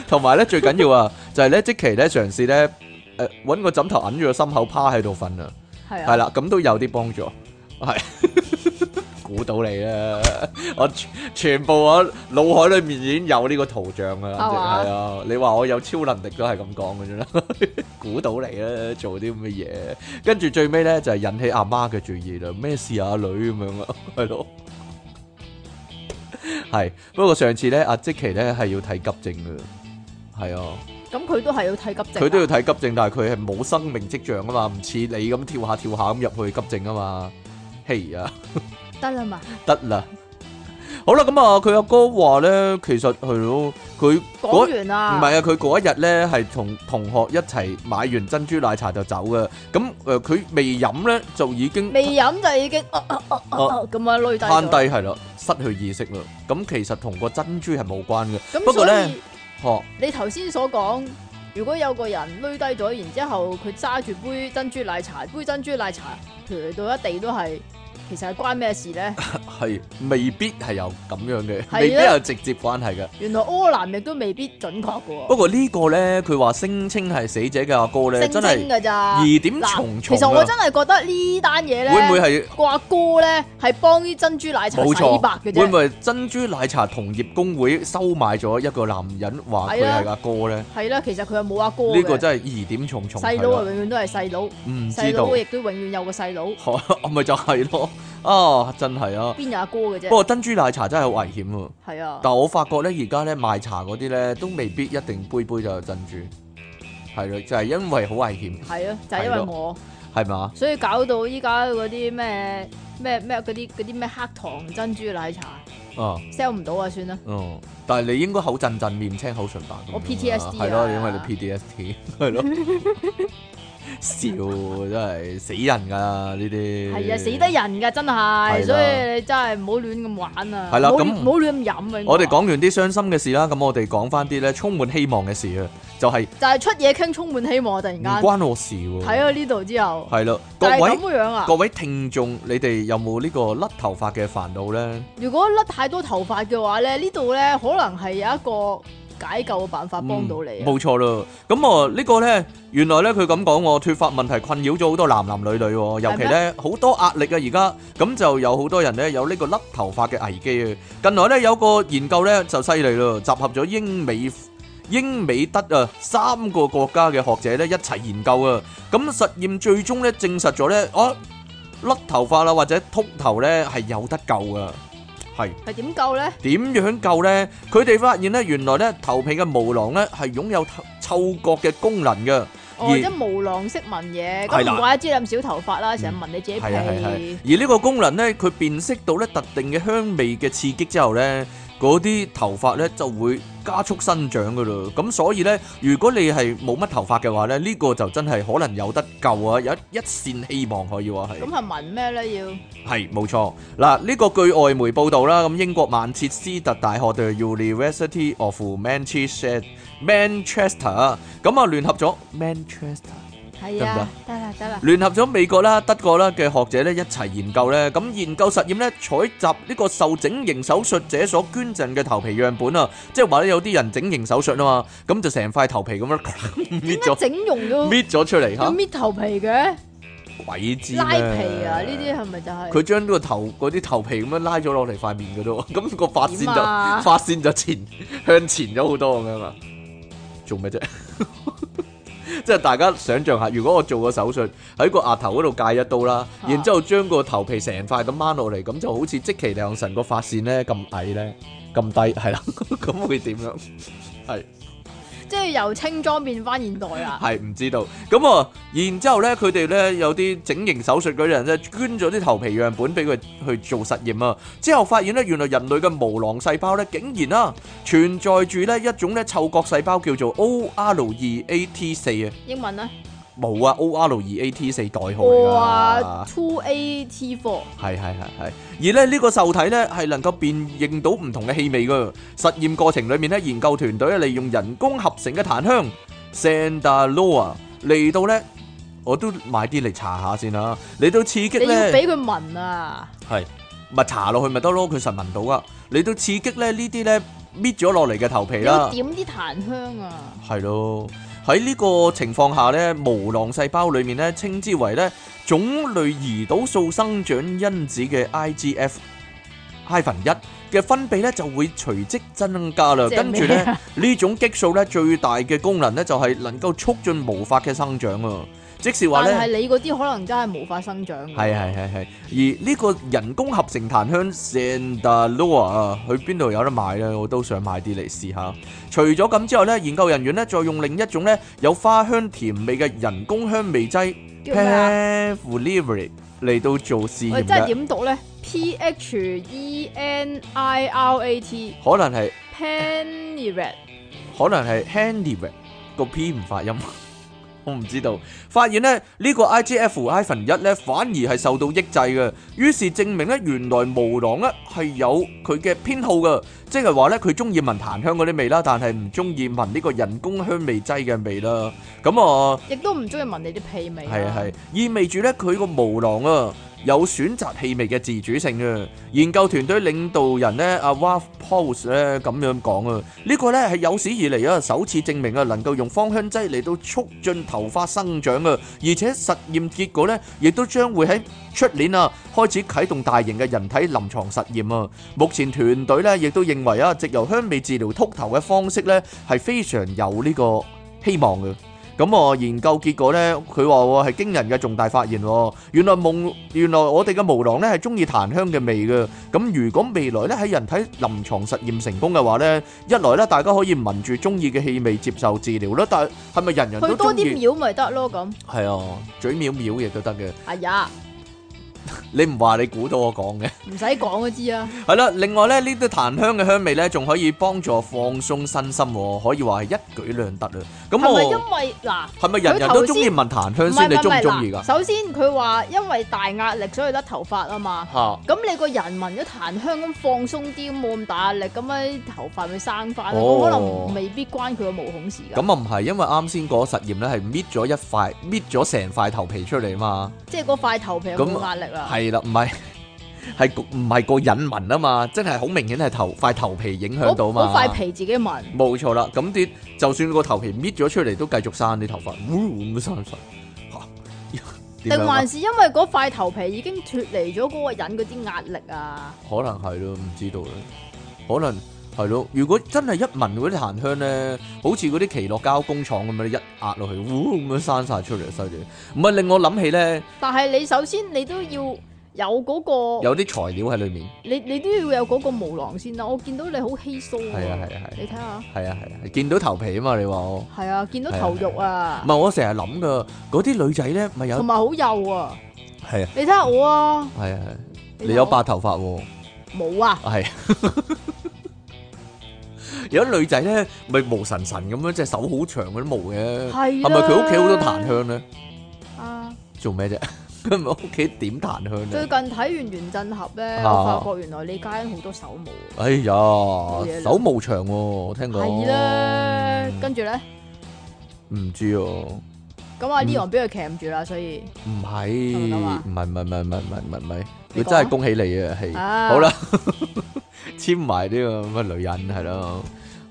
同埋咧最緊要啊，就係咧即期咧嘗試咧誒揾個枕頭揞住個心口趴喺度瞓啊，
係啊
係。啦，咁都有啲幫助，係。估到你啦！我全全部我腦海裏面已經有呢個圖像啦，
係嘛
係啊！你話我有超能力都係咁講嘅啫啦， 估到你啦，做啲咁嘅嘢，跟住最尾咧就係、引起阿媽嘅注意啦，咩事啊阿女咁樣啊， 係咯，係不過上次咧阿即奇咧係要睇急症嘅，係啊，
咁佢都係要睇急症啊，
佢都要睇急症，但係佢係冇生命跡象啊嘛，唔似你咁跳下跳下咁入去急症啊嘛，係啊。
得啦嘛，
得啦。好啦，咁啊，佢阿哥話咧，其實係咯，佢嗰
講完
唔
啦，
係啊，佢嗰一日咧係同同學一齊買完珍珠奶茶就走嘅。咁誒，佢未飲咧就已經
未飲就已經啊啊啊啊啊咁樣累低
攤
咗，
低係啦，失去意識啦。咁其實同個珍珠係冇關嘅。不
咁
過
所
咧
以
呵，
你頭先所講，如果有個人累低咗，然之後佢揸住杯珍珠奶茶，杯珍珠奶茶賠到一地都係，其實係關咩 事咧？
係未必係有咁樣嘅，
係
未必
啊
有直接關係嘅。
原來柯南亦都未必準確嘅
不
喎，
過呢個咧，佢話聲稱係死者嘅阿哥咧，真
聲稱
係
㗎咋？
疑點
嗱
重重
其實
啊
我！真係覺得呢單嘢咧，
會唔會係？
個阿哥咧係幫啲珍珠奶茶洗
冇錯，
白嘅
會唔
啫？
會珍珠奶茶同業工會收買咗一個男人，話佢係阿哥咧？
係啦，其實佢係冇阿啊哥
呢個
嘅，
真係疑點重重。
細佬啊
係啦
永遠都係細佬。
唔
細
知
佬啊
道
亦都永遠有個細佬，，
我咪就係咯。啊，真係 啊！
邊有阿哥嘅
不
啫？
過珍珠奶茶真係好危險啊！
係啊，
但我發覺咧，而家咧賣茶嗰啲咧，都未必一定杯杯就有珍珠。係咯，就係因為好危險，
係啊，就係因為我，
係啊嘛？
所以搞到依家嗰啲咩咩咩嗰啲嗰啲咩黑糖珍珠奶茶
啊，
sell 唔到啊，算啦。
嗯。但係你應該口震震，面青口唇白咁樣啊。
我 PTSD 啊
係咯，因為你 PTSD 係咯。笑真係死人噶呢啲。
系啊，死得人噶真係，
係啦
所以你真係唔好亂咁玩啊，
係啦
唔好
咁
唔好亂咁飲啊。
我哋
應該話
講完啲傷心嘅事啦，咁我哋講翻啲咧充滿希望嘅事啊，就係
就係出嘢傾，充滿希望啊！突然
唔
間
關我事喎。
睇咗呢度之後，
係啦，各
就係
位
咁樣啊
各。位聽眾，你哋有冇呢個甩頭髮嘅煩惱咧？
如果甩太多頭髮嘅話咧，呢度咧可能係有一個解救嘅辦法幫到你
嗯
啊。
冇錯啦。咁啊，呢個呢，原來呢，佢咁講喎，脱髮問題困擾咗好多男男女女喎，尤其呢，好多壓力啊，而家咁就有好多人呢，有呢個甩頭髮嘅危機啊。近來呢，有個研究呢，就犀利啦，集合咗英美。英美德啊三個國家嘅學者呢，一齊研究啊，咁實驗最終呢，證實咗呢，啊甩頭髮啦或者禿頭呢，係有得救啊噶，係。
係點救咧？
點樣救呢？佢哋發現呢，原來呢頭皮嘅毛囊呢係擁有嗅覺嘅功能嘅，
哦，
而
即係無狼識聞嘢，
係啦
咁唔怪得知你咁少頭髮啦，成日聞你自己
係啊係係
屁。。
而呢個功能呢，佢辨識到呢特定嘅香味嘅刺激之後呢，嗰啲頭髮呢就會加速生長噶啦。咁所以呢，如果你係冇乜頭髮嘅話呢，呢、個就真係可能有得救啊！有一一線希望可以話係
咁。係聞咩咧？要
係冇錯，嗱呢、個據外媒報道啦，咁英國曼徹斯特大學嘅 University of Manchester Manchester 啊咁啊聯合咗 Manchester。
係啊，得啦得啦。
聯合咗美國啦、德國啦嘅學者咧一齊研究咧，咁研究實驗咧採集呢個受整形手術者所捐贈嘅頭皮樣本啊，即係話咧有啲人整形手術啊嘛，咁就成塊頭皮咁樣 搣
點解
咗
整容都
搣咗出嚟
要
嚇，
搣頭皮嘅？
鬼知咩
拉皮啊！呢啲係咪就係
佢將呢個頭嗰啲頭皮咁樣拉咗落嚟塊面嗰 度，咁、個髮線就、
點啊
髮線就前 向前咗好多咁樣啊！做咩啫？ 即係大家想象下，如果我做個手術喺個額頭嗰度界一刀啦，
啊
然之後將個頭皮成塊咁掹落嚟，咁就好似即其兩神個髮線咧咁矮咧，咁低係啦，咁會點樣？
即係由清裝變翻現代啦？
係唔知道。咁啊，然之後咧，佢哋咧有啲整形手術嗰啲人咧，捐咗啲頭皮樣本俾佢去做實驗啊。之後發現咧，原來人類嘅毛囊細胞咧，竟然啊存在住咧一種咧嗅覺細胞叫做 O R 二 A T 四啊，
英文咧，
冇啊 O R 二 A T 四代號嚟
哇
㗎。
，two A T four。
係係係係，而咧呢個受體咧係能夠辨認到唔同嘅氣味噶。實驗過程裏面咧，研究團隊咧利用人工合成嘅檀香 Sandaloa 嚟到咧，我都買啲嚟搽下先啦，嚟到刺激
你要
咧，
俾佢聞啊！
係咪搽落去咪得咯？佢實聞到噶，嚟到刺激咧呢啲咧搣咗落嚟嘅頭皮
你
啦
要。點啲檀香啊！
係咯，喺呢個情況下咧，毛囊細胞裏面咧稱之為咧種類胰島素生長因子嘅 IGF hyphen 一嘅分泌咧就會隨即增加啦。
即係
跟住
咩
咧
啊
呢種激素咧最大嘅功能咧就係能夠促進毛髮嘅生長啊！即是話
但
咧。
係你嗰啲可能真係無法生長㗎。
係係係係，而呢個人工合成檀香 Sandaloa 啊，去邊度有得買呢？我都想買啲嚟試下。除咗咁之後呢，研究人員呢再用另一種呢有花香甜味嘅人工香味劑
叫咩啊？
p f l i v e r y 嚟到做試
喂，
驗
真係
嘅，
點讀咧？P H E N I R A T
可能係
Panirat
可能係 handy 個 P 唔發音， 我唔知道。發現呢，呢個 IGF hyphen 一呢，反而係受到抑制嘅，於是證明呢，原來毛囊呢係有佢嘅偏好嘅，即係話呢，佢中意聞檀香嗰啲味啦，但係唔中意聞呢個人工香味劑嘅味啦。咁啊，
亦都唔中意聞你啲屁味。
係啊係，意味住呢，佢個毛囊啊有選擇氣味嘅自主性啊。研究團隊領導人呢，阿 Ralph Post 咧咁樣講啊，呢個呢係有史以嚟啊首次證明啊能夠用芳香劑嚟到促進頭髮生長啊，而且實驗結果呢，亦都將會喺出年啊開始啟動大型嘅人體臨床實驗啊。目前團隊呢，亦都認為啊，藉由香味治療禿頭嘅方式呢，係非常有呢個希望嘅。咁我研究結果呢，佢話喎係驚人嘅重大發現喎。原來夢，原來我哋嘅毛囊呢係中意檀香嘅味嘅。咁如果未來呢喺人體臨床實驗成功嘅話呢，一來呢大家可以聞住中意嘅氣味接受治療啦。但係係咪人人都
去多
中
啲
意？
廟咪得咯咁。
係啊，嘴藐藐亦都得嘅。
哎呀，
你唔話你估到我講嘅。
唔使講都知啊。
係啦，另外咧呢啲檀香嘅香味咧，仲可以幫助放鬆身心喎，可以話係一舉兩得啊。咁
係咪
我
因為嗱？
係咪人人都中意聞檀
唔
香
係
先？
唔
你
係唔
中唔
係
中意
嗱，
㗎？
首先佢話因為大壓力所以甩頭髮啊嘛。
嚇！
咁你個人聞咗檀香咁放鬆啲，咁冇咁大壓力，咁樣啲頭髮咪生翻咯。
哦
咁可能未必關佢個毛孔事㗎，
咁啊唔係，因為啱先嗰個實驗咧係搣咗一塊，搣咗成塊頭皮出嚟嘛。
即係嗰塊頭皮有
咁
冇壓力啦。
係啦，唔係 係個唔係個隱紋啊嘛，真係好明顯係頭塊頭皮影響到
嗰
嘛。
嗰塊皮自己聞，
冇錯啦，咁啲就算個頭皮搣咗出嚟，都繼續生啲頭髮，呜咁生出嚇。點
定
樣啊
還是因為嗰塊頭皮已經脱離咗嗰個人嗰啲壓力啊？
可能係咯，唔知道咧。可能係咯，如果真係一聞嗰啲檀香咧，好似嗰啲奇樂膠工廠咁樣一壓落去，呜咁樣生晒出嚟，犀利。唔係令我諗起咧，
但係你首先你都要有嗰、個，
有啲材料喺裏面。
你你都要有嗰個毛囊先啦。我見到你好稀疏喎
係啊係啊係啊
你睇下，
係啊係啊，見到頭皮啊嘛，你話我。
係啊，見到
係啊
頭肉啊
唔，係我成日諗噶，嗰啲女仔咧咪有
同埋好幼啊。
係啊
你睇下我啊，
係啊係啊，
睇
你
下
有
我
白頭髮喎。
冇啊？
系。 有啲女仔咧，咪毛神神咁樣，隻手好長嗰啲毛嘅，
係
係咪佢屋企好多
啦
檀香咧？
啊！
做咩啫？ 佢咪屋企點檀香
最
咧？
近睇完袁振俠咧，
啊
我發覺原來李嘉欣好多手毛。
哎呀，
嘢啦
手毛長喎，我聽講。
係啦，跟住咧，
唔知哦，
咁阿
嗯
Leon 俾佢鉗住啦，所以
唔係，
係咪咁啊
唔係唔係唔係唔係唔係唔係唔係，
你
你
講啊
真係恭喜你啊！係
啊
好啦， 簽埋呢個咁嘅女人係咯，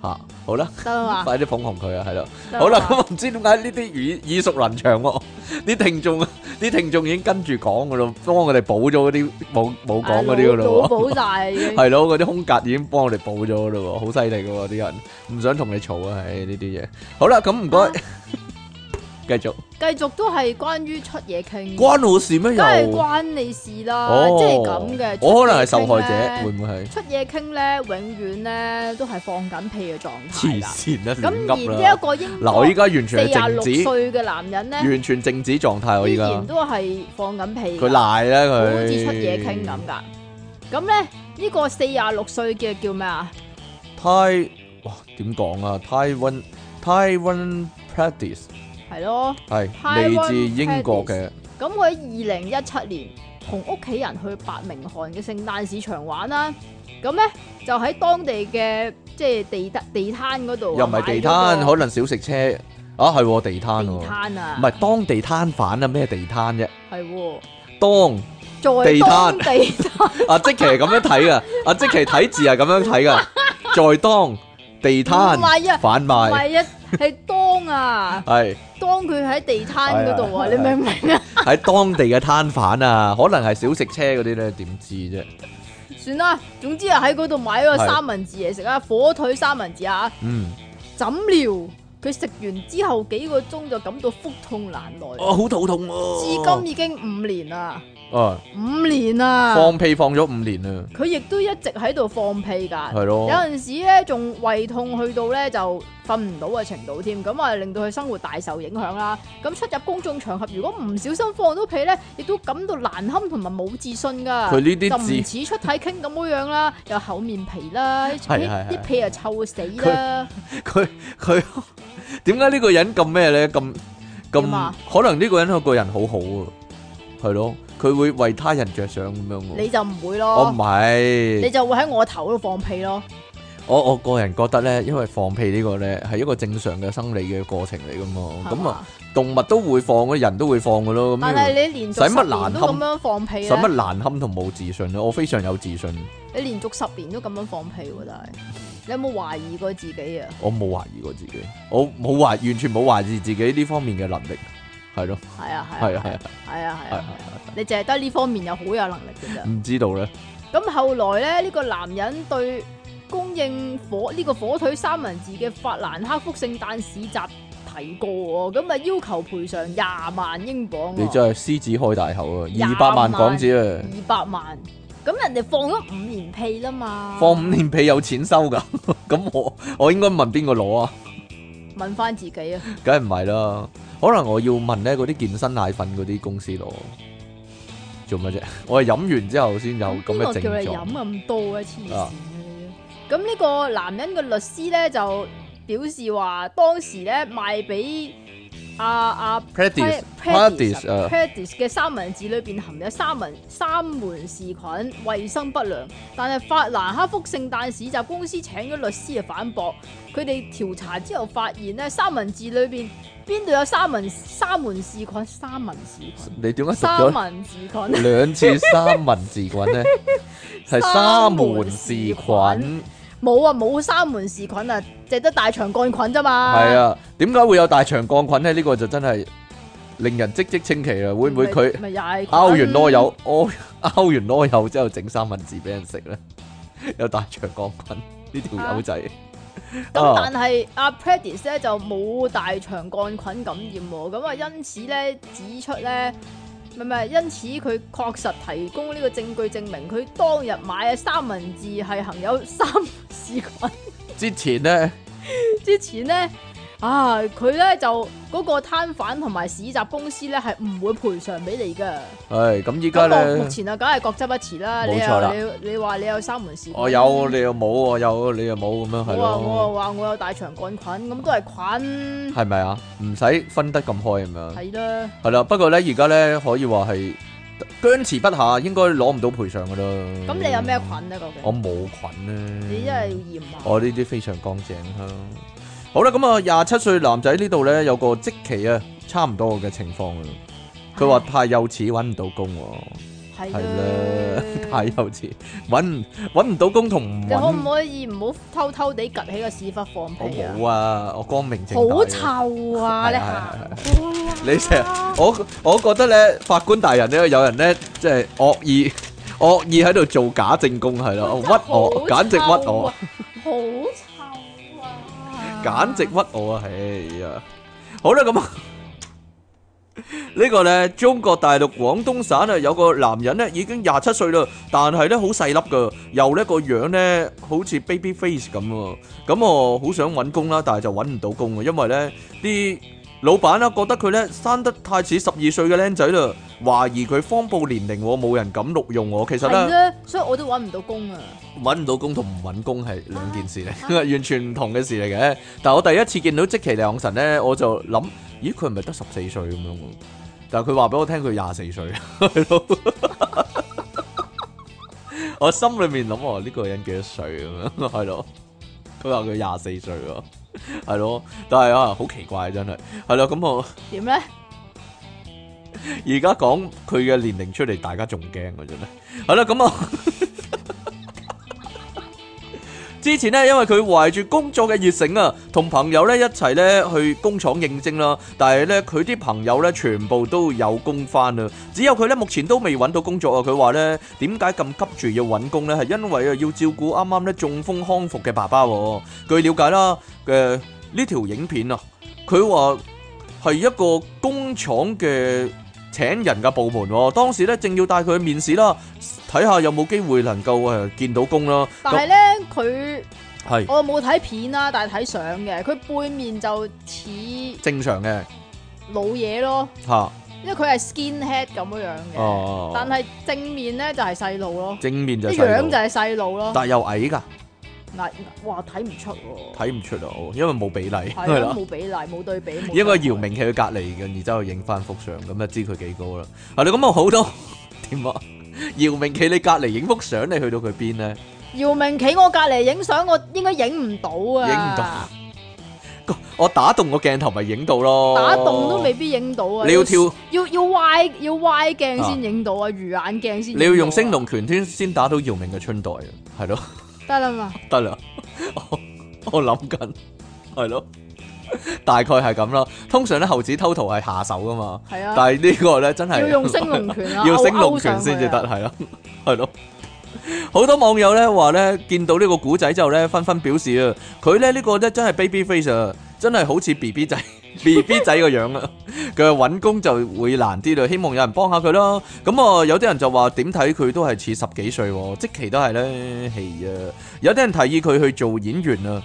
吓好啦，
得啦 嘛。
快啲捧紅佢啊，係咯。
得啦
好啦，
嘛
咁我唔知點解呢啲耳耳熟能詳喎，啲聽眾啲聽眾已經跟住講噶咯，幫我哋補咗嗰啲冇冇講嗰啲噶
老
咯
保大已
喎，
經
係咯，嗰啲空格已經幫我哋補咗噶咯喎，好犀利噶喎啲人，唔想同你嘈啊，唉呢啲嘢。好啦，咁唔
啊
該，繼續
繼續都係關於出嘢傾，
關我事咩
梗係
又？
關你事啦，
哦
即係咁嘅。
我可能係
係
受害者，會唔會係
出嘢傾咧，永遠咧都係放緊屁嘅狀態
黐
啦。
線啊？
咁
亂噏
而呢
啦！
一個英
嗱，我
國
依家完
四
全係
廿
靜
六
止，
歲嘅男人咧，
完全靜止狀態，我
依
依家
然都係放緊屁㗎。
佢賴啦佢，
好似出嘢傾咁噶。咁咧呢個四廿六歲嘅叫咩啊？
Thai 哇點講啊？Taiwan Taiwan Practice
係咯，
係
Taiwan
嚟自英國嘅，
咁佢喺二零一七年同屋企人去伯明翰嘅聖誕市場玩啦。咁咧就喺當地嘅即係地得地攤嗰度，啊
又唔係地攤，可能小食車啊，係喎地
可
攤
地
喎，
攤啊
唔，係當地攤販啊，咩地攤啫？
係喎，
當
在
地攤
當地
阿即奇係咁樣睇噶，阿即奇睇字係咁樣睇噶，在當地
唔
攤
係啊，
販
唔
賣
係啊，係當啊，
係
當佢喺地攤嗰度啊，
係啊
你明唔 明啊？
喺當地嘅攤販啊，可能係小食車嗰啲咧，點知啫？
算啦，總之啊喺嗰度買咗個
係
三文治嘢食啊，火腿三文治啊。
嗯，
怎料佢食完之後幾個鐘就感到腹痛難耐，
哦，好肚痛
至
喎，
今已經五年啦，
啊，
五年啦，
放屁放咗五年啦，
佢亦都一直喺度放屁㗎。
係咯
有。陣時咧，仲胃痛去到咧就瞓唔到嘅程度添，咁啊令到佢生活大受影響啦。咁出入公眾場合，如果唔小心放到屁咧，亦都感到難堪同埋冇自信㗎。
佢呢
就
啲
唔
字，
似出體傾咁樣樣啦，又厚面皮啦，
係係
啲啲屁又臭死
佢
啦。
佢佢點解呢個人咁咩咧？咁咁
點啊
可能呢個人個人好好啊，係咯，佢會為他人着想咁樣喎。
你就唔會
我
咯
唔，
你
係，
就會喺我頭度放屁咯。
我我個人覺得咧，因為放屁呢個咧係一個正常嘅生理嘅過程嚟噶嘛。咁
係
啊，
嘛，
動物都會放嘅，人都會放嘅咯。咁
但
要
係你連
使
續
乜
十
難
年
堪
都咁樣放屁
使乜
咧，
難堪同冇自信咧？我非常有自信，
你連續十年都咁樣放屁喎，但係你有冇懷疑過自己啊？
我冇懷疑過自己，我冇懷完全冇懷疑自己呢方面嘅能力，係咯，
係啊
係
係
啊係啊
啊係啊係
係啊
啊，你淨係得呢方面有好有能力嘅 啫。
唔知道咧。
咁後來咧，呢個男人對供應火呢個火腿三文治嘅法蘭克福聖誕市集提過喎，咁啊要求賠償廿萬英鎊
你
喎，
真係獅子開大口啊！
廿
二百萬港紙啊，
二百萬。咁人哋放咗五年屁啦嘛，
放五年屁有錢收噶， 咁我我應該問邊個攞啊？
問翻自己啊，
梗係唔係啦？可能我要問咧嗰啲健身奶粉嗰啲公司攞，做乜啫？我係飲完之後先有咁
邊
嘅
嗯個
症
叫你
狀
飲。咁多啊？黐線
啊
嘅你都。咁呢個男人嘅律師咧就表示話，當時咧賣俾阿阿
Pledis- Pledis，啊
Pledis 嘅三文治裏邊含有三文三門氏菌，衞生不良。但係法蘭克福聖誕市集公司請咗律師嚟反駁，佢哋調查之後發現咧，三文治裏邊邊度有三文三門氏菌？三文氏菌，
你點解讀
三
咗
文氏菌。
兩次三文治菌 咧？係三門氏菌，
冇啊，冇三門氏菌啊，淨得大腸桿菌咋嘛。嗯
係，啊？點解會有大腸桿菌咧？呢個就真係令人嘖嘖稱奇啦！會唔會佢
咪咪又係
拗完籮柚， 屙拗完籮柚之後整三文治俾人食咧？ 有大腸桿菌呢條友仔
啊咁
啊
但係阿 Predis 咧就冇大腸桿菌感染喎，咁啊因此咧指出咧，唔係唔係，因此佢確實提供呢個證據證明佢當日買嘅三文治係含有三 門氏菌。
之前咧。
之前咧啊，佢咧就嗰個攤販同埋市集公司咧係唔會賠償俾你㗎。
唉，咁依家
咁我
咧
目，前啊，梗係各執一詞啦。你
冇錯啦
又你你話你有三門氏菌，
我有你又冇，我有你又冇，咁樣係
我話我
咯，
又話我有大腸桿菌，咁都係菌，
係咪啊？唔使分得咁開咁樣，
係啦。
係啦。不過咧，而家咧可以話係僵持不下，應該攞唔到賠償噶啦。
咁你有咩？菌啊咧？究
我冇
竟
菌咧。
你真係要驗啊！
我呢啲非常乾淨啦。好啦，咁啊，廿七歲男仔呢度咧有個即期啊，差唔多嘅情況啊。佢話太幼稚，揾唔到工喎，
係
係
啊
啦，太
啦。
幼稚，揾唔揾唔到工同唔
你可
揾
唔可以唔好偷偷地趌起個屎忽放
我
屁啊？
冇啊，我光明正大。
好！臭啊！
係
你
啊
行開啊
你成日我我覺得咧，法官大人咧，有人咧即係惡意惡意喺度做假證供係啦，
真係
屈我，
好
簡直屈我，
臭啊！好臭啊！
簡直屈我啊！唉呀，好啦咁啊。呢個呢，中國大陸廣東省啊，有個男人呢已經廿七歲啦，但係呢好細粒噶，又呢個樣呢好似 baby face 咁喎。咁我好想揾工啦，但係就揾唔到工啊，因為呢啲老闆啦覺得佢呢生得太似十二歲嘅僆仔啦，懷疑佢謊報年齡喎，冇人敢錄用我。其實
係
呢，
啦，所以我都揾唔到工啊！
揾唔到工同唔揾工係兩件事嚟， 完全唔同嘅事嚟嘅。但係我第一次見到即其兩神呢，我就諗，咦佢係咪得十四歲咁樣喎？但係佢話俾我聽佢廿四歲， 係咯我心裏面諗哦我呢個人幾多歲咁樣，係咯。佢話佢廿四歲喎，係咯。但係啊，好奇怪真係，係咯。咁我
點咧？
而家講佢嘅年齡出嚟，大家仲驚啊真係。係啦，咁啊，之前呢，因為佢懷住工作嘅熱誠啊，同朋友呢一齊呢去工廠應徵啦，但係呢，佢啲朋友呢全部都有工翻啦，只有佢呢目前都未揾到工作啊。佢話呢，點解咁急住要揾工呢？係因為啊要照顧啱啱呢中風康復嘅爸爸喎。據了解啦，嘅呢條影片啊，佢話係一個工廠嘅。請人嘅部門喎，當時咧正要帶佢去面試啦，睇下有冇機會能夠誒、呃、見到工啦。
但係咧，佢
係
我冇睇片啦，但係睇相嘅，佢背面就似
正常嘅
老嘢咯，
嚇，哦、
因為佢係 skin head 咁樣樣嘅，但係正面咧就係細路咯，
正面哦就
啲
細
樣
路
就，係細路咯，
但係又矮㗎，
嗱，哇睇唔出喎，
睇唔出啊，我因為冇比例
係
係
咯
啦。
冇比例冇對比，冇
應該
對比
姚明企佢隔離嘅，然之後影翻幅相，咁就知佢幾高啦。係啦，咁啊好多 點啊？姚明企你隔離影幅相，你去到佢邊咧？
姚明企我隔離影相，我應該影唔到啊，
影唔到，我打動個鏡頭咪影到咯，
打洞都未。必影到啊，
哦你要跳，
要要歪要歪鏡先影到啊，魚眼鏡先影到啊，
你要用升龍拳先先打到姚明嘅春袋啊，係咯。
得啦嘛，
得啦， 我我谂紧，系咯，大概系咁啦。通常咧猴子偷圖係下手噶嘛，
係啊，
但係呢個咧真係
要用升龍拳 啊，
要升
勾
龍
勾上
拳先至
去啊
得，係咯， 係咯。好多網友咧話咧，見到呢個古仔之後咧，紛紛表示啊，佢咧呢個咧真係 baby face 啊，真係好似 B B 仔 B B 仔個樣啊。 佢話揾工就會難啲啦，希望有人幫下佢啦。咁啊，有啲人就話點睇佢都係似十幾歲喎，即期都係咧，係啊。有啲人提議佢去做演員啊，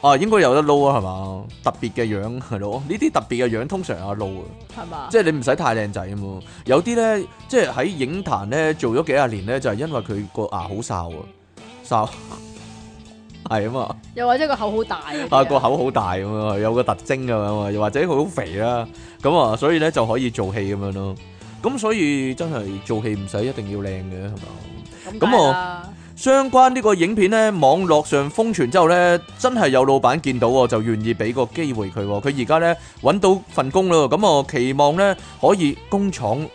啊，應該有得撈啊，係嘛？特別嘅樣係咯，呢啲特別嘅樣通常有得撈啊，
係嘛？
即係你唔使太靚仔啊嘛。有啲咧，即係喺影壇咧做咗幾廿年咧，就係、因為佢個牙好哨啊，哨 係啊嘛，
又或者個口好大嗰啲
啊個口好大咁樣，有個特徵咁樣啊，又或者佢好肥啦，咁啊，所以咧就可以做戲咁樣咯。咁所以真係做戲唔使一定要靚嘅係啊嘛？咁我
我
相關呢個影片呢，網絡上瘋傳之後呢，真係有老闆見到喎，就願意俾個機會佢喎。佢而家呢，揾到份工啦，咁我期望呢，可以工廠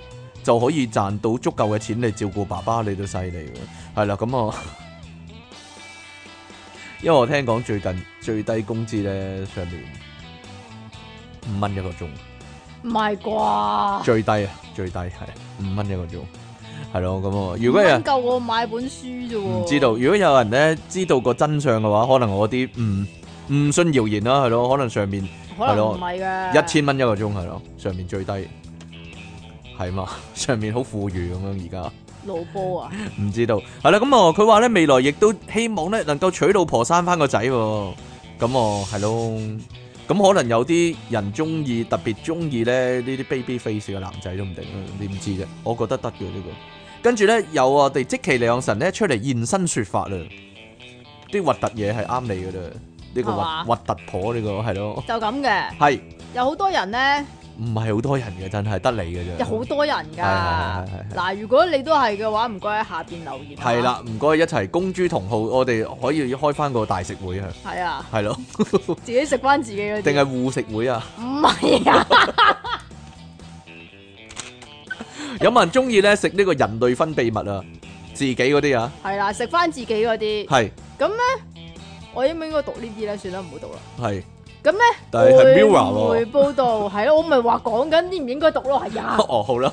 就可以賺到足夠嘅錢嚟照顧爸爸，你都犀利喎。係啦，咁我因為我聽講最近最低工資呢，上面五蚊一個鐘。
唔係啩？
最低啊，最低係五蚊一個鐘，係咯咁啊。如果有人
夠我買本書啫喎，
唔知道，如果有人咧知道個真相嘅話，可能我啲唔唔信謠言啦，係咯，可能上面一
可能唔係嘅，
千蚊一個鐘係咯，上面最低係嘛， 上面好富裕咁樣而家。
勞波啊，
唔知道，係啦，咁啊，佢話咧未來亦都希望咧能夠娶老婆生翻個仔喎，咁啊係咯，咁可能有啲人中意特別中意咧呢啲 baby face 嘅男仔都唔定啦，你唔知啫，我覺得得嘅呢個。跟住咧有我哋即其利昂神咧出嚟現身説法啦，啲核突嘢係啱你嘅啦，呢個
係嘛
核核突婆呢個係咯，
就咁嘅。
係
有好多人咧，
唔係好多人嘅真係得你嘅啫，
有好多人啊
係
㗎。
係係係
嗱，如果你都係嘅話，唔該喺下邊留言。啊
係，啦，唔該一齊公諸同好，我哋可以開翻個大食會啊，
係啊，
係咯。
自己食翻自己嗰啲。
定係互食會啊？
唔係啊？
有冇人中意咧食呢個人類分泌物啊？自己嗰啲啊，
係啦，食翻自己嗰啲。
係
我應唔應該讀呢啲咧？算啦，唔好讀啦。
係。
咁咧，
但係係
會
mirror
會
喎。
報道係咯，我咪話講緊應唔應該讀咯，係啊。
哦，好啦，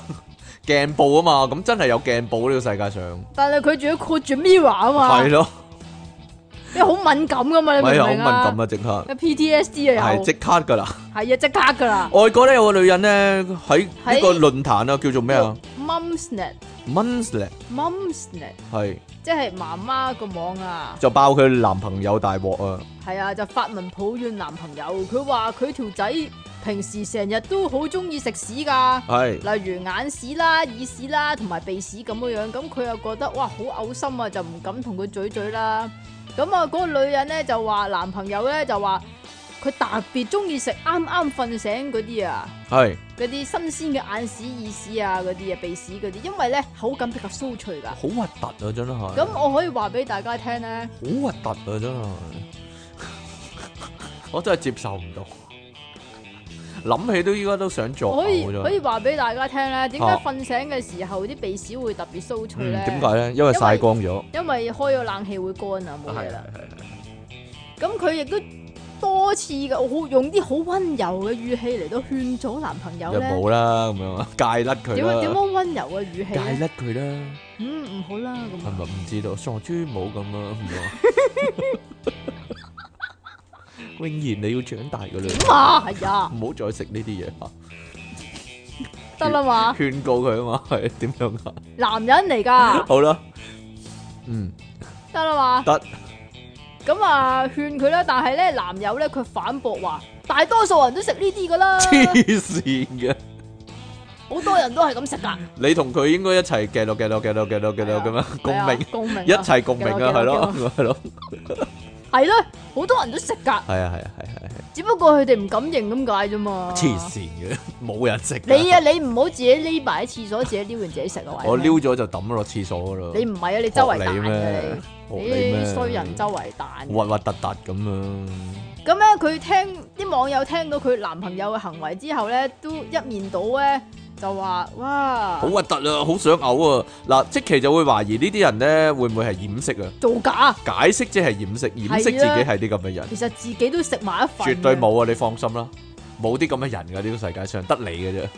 鏡布啊嘛，咁真係有鏡布呢個世界上，
但係佢仲要括住 mirror 啊
係
嘛，
咯，
你好敏感噶嘛，你明
咪
唔
好敏
明啊
感？啊，即刻
有 PTSD 啊，又
係即刻噶啦。
係啊，即刻噶啦。
外國咧有個女人咧喺呢個
喺
論壇啊，叫做咩啊
Mumsnet，Mumsnet，
？Munslet 係
即係媽媽個網啊，
就爆佢男朋友大鑊啊！
係啊，就發文抱怨男朋友，佢話佢條仔平時成日都好中意食屎㗎，
係
例如眼屎啦、耳屎啦同埋鼻屎咁樣樣，咁佢又覺得哇好嘔心啊，就唔敢同佢嘴嘴啦。咁啊，嗰個女人咧就話男朋友咧就話佢特別中意食啱啱瞓醒嗰啲啊。
係
嗰啲新鮮嘅眼屎、耳屎啊，嗰啲啊鼻屎嗰啲，因為咧口感比較酥脆噶。
好核突啊！真係
咁我可以話俾大家聽咧，
好核突啊！真係，我真係 接受唔到。諗起都依家都想作
我可以
嘔
可以
啫。
話俾大家聽咧，點解
哦啊
瞓醒嘅時候啲鼻屎會特別酥脆
嗯
咧？，
點？解咧？因為曬光咗。
因為開咗冷氣會乾啊，冇嘢
係
啦
係。係
咁佢亦都多次嘅，我好用啲好温柔嘅語氣嚟到勸阻男朋友
就
咧。
冇啦，咁樣啊，戒甩佢
點樣點
啦，
樣温柔嘅語氣
戒
咧？
甩佢啦，
嗯，唔好啦咁
係
啊。
咪唔知道？傻豬冇咁啊，唔好啊。 永賢，你要長大噶
點
啦，
啊，係啊，
唔好再食呢啲嘢啊！
得啦嘛，
勸告佢啊嘛，係點樣啊？
男人 嚟噶，
好啦，嗯，
得啦嘛。
得
咁啊，勸佢啦，但係咧，男友咧，佢反駁話，大多數人都食呢啲噶啦，
黐線嘅。
好多人都係咁食噶，
你同佢應該一齊嘅咯嘅咯嘅咯嘅咯嘅咯咁樣共
係
鳴
啊，，共鳴啊，
一齊共鳴啊，係咯
記
係咯，
係咯，好多人都食噶，
係啊係啊係啊
只不過佢哋唔敢認咁解啫嘛。
係，黐！線嘅，冇人食㗎。
你啊，你唔好自己匿埋喺廁所，自己撩完自己食啊！
我
喂
撩，咗就抌落廁所噶咯。
你唔係啊，你周圍
學
彈
你
嘅
咩
你，
學你咩
你衰人周圍彈。
核核突突咁樣，
咁咧，佢聽啲網友聽到佢男朋友嘅行為之後咧，都一面倒咧就話：哇
好，核突啊，好想嘔啊！嗱，即期就會懷疑呢啲人咧會唔會係掩飾啊？
造假，
解釋即係掩飾，掩飾自己係啲咁嘅人，
其實自己都食埋一份。
絕對。冇啊！你放心啦，冇啲咁嘅人㗎，呢個世界上得你嘅啫。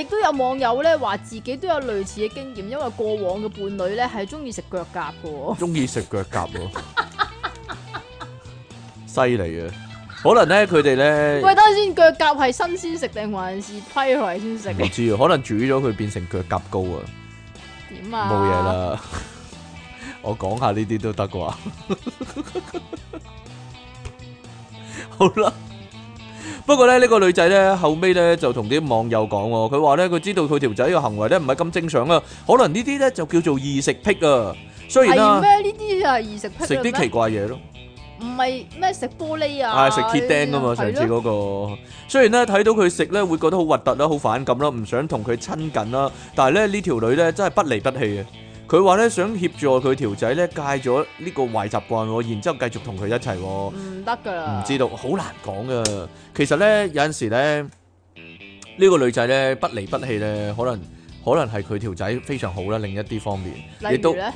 亦都有網友咧話自己都有類似嘅經驗，因為過往嘅伴侶咧係中意食腳甲 嘅喎。
中意食腳甲喎，犀利啊！可能咧佢哋
喂，
咧
等陣先，腳甲係新鮮食定還是批落嚟先食
唔
嘅？
知啊，可能煮咗佢變成腳甲糕啊，
點啊？
冇嘢。啦。我講下呢啲都得啩？好啦。不過咧，呢個女仔咧後尾咧就同啲網友講喎，佢話咧佢知道佢條仔嘅行為咧唔係咁正常啊，可能呢啲咧就叫做異食癖啊。雖然
係
啦，
咩？呢啲就係異食癖
食
啦
啲奇
咩？
怪嘢咯。
唔係咩食玻璃啊？
啊，食鐵釘噶嘛，上次
係咯
嗰、個。雖然咧睇到佢食咧會覺得好核突啦，好反感啦，唔想同佢親近啦，但係咧呢條女咧真係不離不棄嘅。啊佢話咧想協助佢條仔咧戒咗呢個壞習慣喎，然之後繼續同佢一齊喎。
唔得噶啦，
唔知道，好難講噶。其實咧有陣時咧，呢、個女仔咧不離不棄咧，可能可能係佢條仔非常好啦，另一啲方面。
例
亦都
如咧，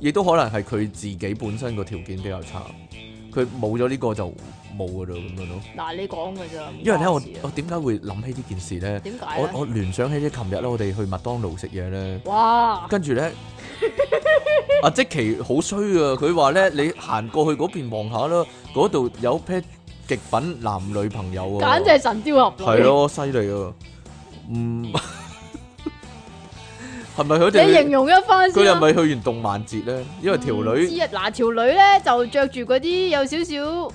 亦都可能係佢自己本身個條件比較差，佢冇咗呢個就冇噶啦咁樣咯。
嗱你講噶咋，唔
因為咧，我
關事啊
我點解會諗起呢件事咧？
點解啊
我
咧？
我聯想起咧，琴日咧，我哋去麥當勞食嘢咧，
哇！
跟住咧，阿即奇好衰啊！佢話咧，你行過去嗰邊望下啦，嗰度有 pair 極品男女朋友啊，
簡直係神雕俠侶。
係，咯，犀利啊！嗯， 係咪佢
你
哋
形容一番
佢
先
哋係
啦。
咪去完動漫節咧？因為條
唔
女
知啊，嗱條女咧就着住嗰啲有少少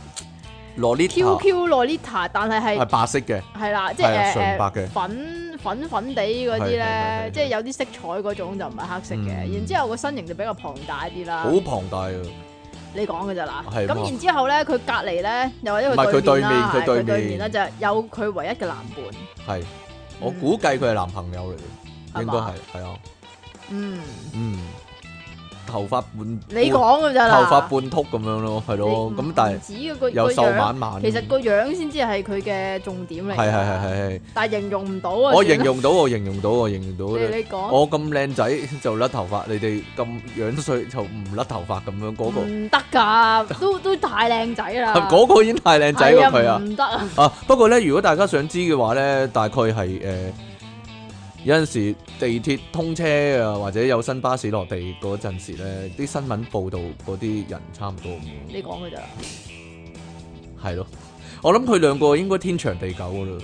Lolita
QQ Lolita，但係
係
係
白色嘅，
係啦，即
啊係啊
係
純白
誒
嘅
誒粉粉粉地嗰
係係
啲
係係
咧，即係有啲色彩嗰種就唔係黑色
嗯
嘅。然之後個身形就比較龐大啲啦
好。龐大啊！
你講嘅咋嗱，
係嘛
咁然之後咧，佢隔離咧又或者
唔係佢
佢對
對
面啦，
面佢
係
對
佢
面
對面咧就有佢唯一嘅男伴，
係，我估計佢係男朋友嚟嘅，
係
應該
嘛
係係啊。
嗯，
嗯，頭髮半，
你講嘅咋
半頭
嗱，
髮半禿咁樣咯，係咯，咁但係
係個
又
個
瘦
樣啊
蜢蜢，
其實個樣先至係佢嘅重點嚟。
係係係係係，
但係形容唔到啊！
我
算
形
啦
容到，我形容到，我形容
你
到，
你講
我咁靚仔就甩頭髮，你哋咁樣衰就唔甩頭髮咁樣，嗰個
唔得㗎，都都太靚仔啦。
嗰個已經太靚仔過佢
係啊
啊！
唔得啊！
啊，不過咧，如果大家想知嘅話咧，大概係誒、呃有陣時地鐵通車啊，或者有新巴士落地嗰陣時咧，啲新聞報導嗰啲人差唔多咁樣，
你講嘅咋？
係咯。我諗佢兩個應該天長地久噶啦，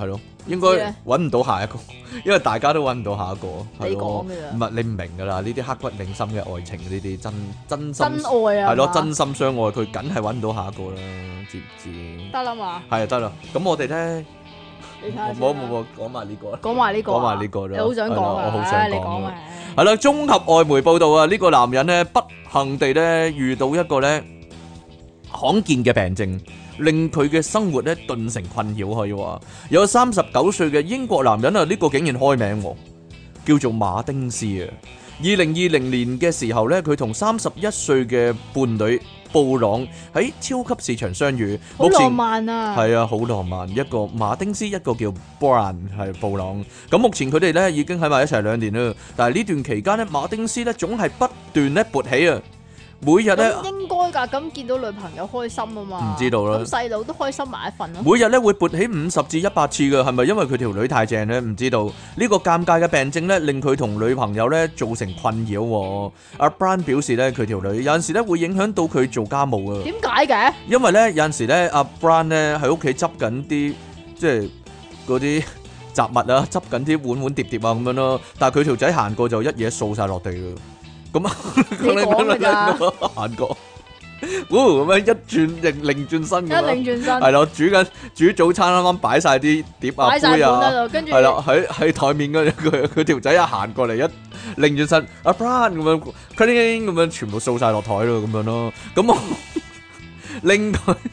係咯，應該
知啊咧
揾唔到下一個， 因為大家都揾唔到下一個，係
你
咯
講。嘅
唔係你唔明噶啦，呢啲刻骨銘心嘅愛情，呢啲真真
咋？
心
真愛啊！
係咯，
嘛
真心相愛，佢梗係揾唔到下一個啦，知唔知？
得啦嘛！
係啊，得啦。咁我哋咧，
你睇下先啦
冇冇冇，講埋呢個啦。
講埋呢個啊，
講埋呢個啦
你好想
係
講
啦
啊！
我好想
唉你
講
講
啊
啊！
係啦，綜合外媒報道啊，呢個男人咧不幸地咧遇到一個咧罕見嘅病症，令佢嘅生活咧頓成困擾可以話。有三十九歲嘅英國男人啊，呢個竟然開名喎，叫做馬丁斯啊。二零二零年嘅時候咧，佢同三十一歲嘅伴侶布朗喺超級市場相遇。
好
目前
浪漫啊！
係啊，好浪漫，一個馬丁斯，一個叫 Brown，係布朗。咁目前佢哋咧已經喺埋一齊兩年啦，但係呢段期間咧，馬丁斯咧總係不斷咧勃起啊，每日咧
咁應該㗎，咁見到女朋友開心啊
唔
嘛！
知道啦
咁細佬都開心埋一份咯。
每日咧會勃起五十至一百次嘅，係咪因為佢條女太正咧？唔知道呢個尷尬嘅病症咧，令佢同女朋友咧造成困擾喎。阿 Brown 表示咧，佢條女有陣時咧會影響到佢做家務啊。
點解嘅？
因為咧有陣時咧，阿 Brown 咧喺屋企執緊啲即係嗰啲 雜物啊， 執緊啲碗碗碟碟啊咁樣咯。但係佢條仔行過就一嘢掃晒落地咯。咁啊，
你講㗎咋
行過， 哦咁樣一轉擰擰轉身
一
咁樣，
擰轉身
係，咯，煮緊煮早餐啱啱擺晒啲碟啊
擺晒
杯
盤
啊。
喺度，跟住
係啦，喺喺台面嗰陣 佢佢條仔一行過嚟一擰轉身，阿 Brian 咁樣 c l i n 咁樣全部掃晒落台咯，咁樣咯，咁我 令佢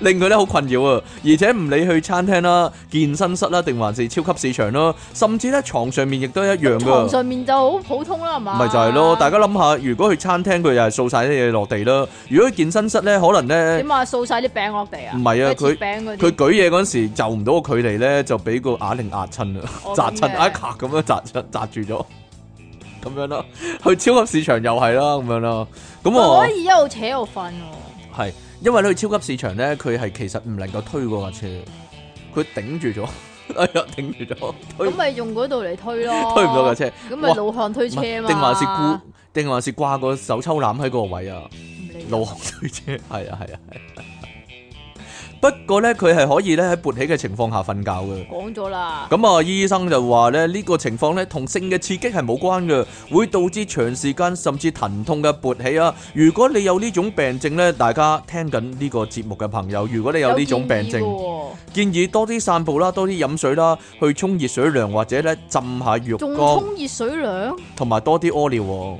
令佢咧好困擾啊，而且唔理去餐廳啦、健身室啦，定還是超級市場啦，甚至咧床上面亦都一樣
床
噶。
上面就好普通啦，係嘛？
咪就係咯，大家諗下，如果去餐廳佢又係掃晒啲嘢落地啦，如果去健身室咧，可能咧
點啊？掃晒啲餅落地啊？
唔係啊
即係
佢
切餅嗰啲
佢舉嘢嗰陣時就唔到個距離咧，就俾個啞鈴壓親啦。
哦
扎
咁
親啊
嘅
一卡咁樣扎親扎住咗，咁樣啦。去超級市場又係啦，咁樣啦。咁
可
我
以一路扯一路瞓喎，
係因為你去超級市場咧，佢係其實唔能夠推嗰架車，佢頂住咗， 哎呀頂住咗，推
咁咪用嗰度嚟推咯，
推唔到架車，
咁咪
哇
老漢推
唔
車
係
嘛，
定還是固定還是掛個手抽攬喺嗰個位啊？
唔理
老行推車，係啊係啊係啊。不過咧，佢係可以咧喺勃起嘅情況下瞓覺嘅。
講咗啦，
咁啊，醫生就話咧，呢、個情況咧同性嘅刺激係冇關嘅，會導致長時間甚至疼痛嘅勃起啊！如果你有呢種病症咧，大家聽緊呢個節目嘅朋友，如果你有呢種病
建議
症，
嘅
建議多啲散步啦，多啲飲水啦，去沖熱水涼或者咧浸下浴
喎，仲
缸，
沖熱水涼，
同埋多啲屙尿喎。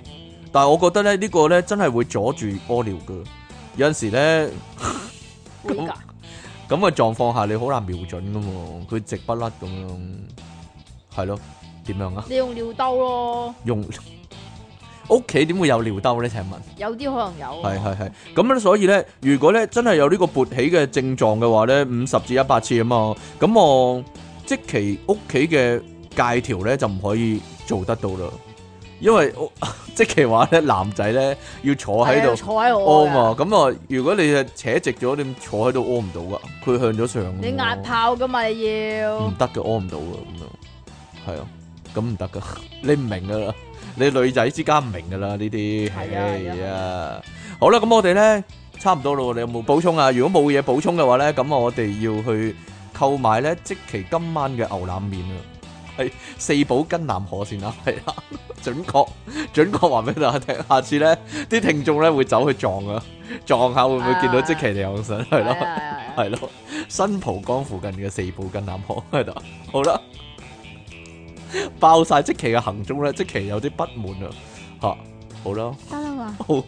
但係我覺得咧，呢、個咧真係會阻住屙尿嘅。有陣時咧，
會㗎，
咁嘅狀況下你好難瞄準噶嘛，佢直不甩咁樣，係咯，點樣啊？
你用尿兜咯，
用 屋企點會有尿兜呢？請問
有啲可能有，
係係係咁咧，所以呢，如果呢真係有呢個勃起嘅症狀嘅話呢，五十至一百次啊嘛，咁我即其屋企嘅戒條呢，就唔可以做得到啦，因為屋 即其話呢，男仔呢要坐喺
係啊
度
坐喺
屙
我
嘛，咁啊如果你係扯直咗，你坐喺度屙唔到噶，佢向咗上㗎嘛。
你壓炮噶嘛你
唔
要，
得嘅，屙唔到嘅咁樣，係啊，咁唔得噶， 你唔明噶啦，你女仔之間唔明噶啦呢啲，
係啊係
啊，好啦，咁我哋咧差唔多咯，你有冇補充啊？如果冇嘢補充嘅話咧，咁我哋要去購買咧即期今晚嘅牛腩面啊，係四寶跟南河先啦， 係啦，準確準確話俾大家聽，下次咧啲聽眾咧會走去撞啊，撞下會唔會見到即期你養神係咯？
係啊係啊係啊
系咯，新蒲江附近嘅四部跟南河喺度，好啦，爆晒即期嘅行蹤咧，即期有啲不滿啊，吓，好啦，
得啦嘛，
好，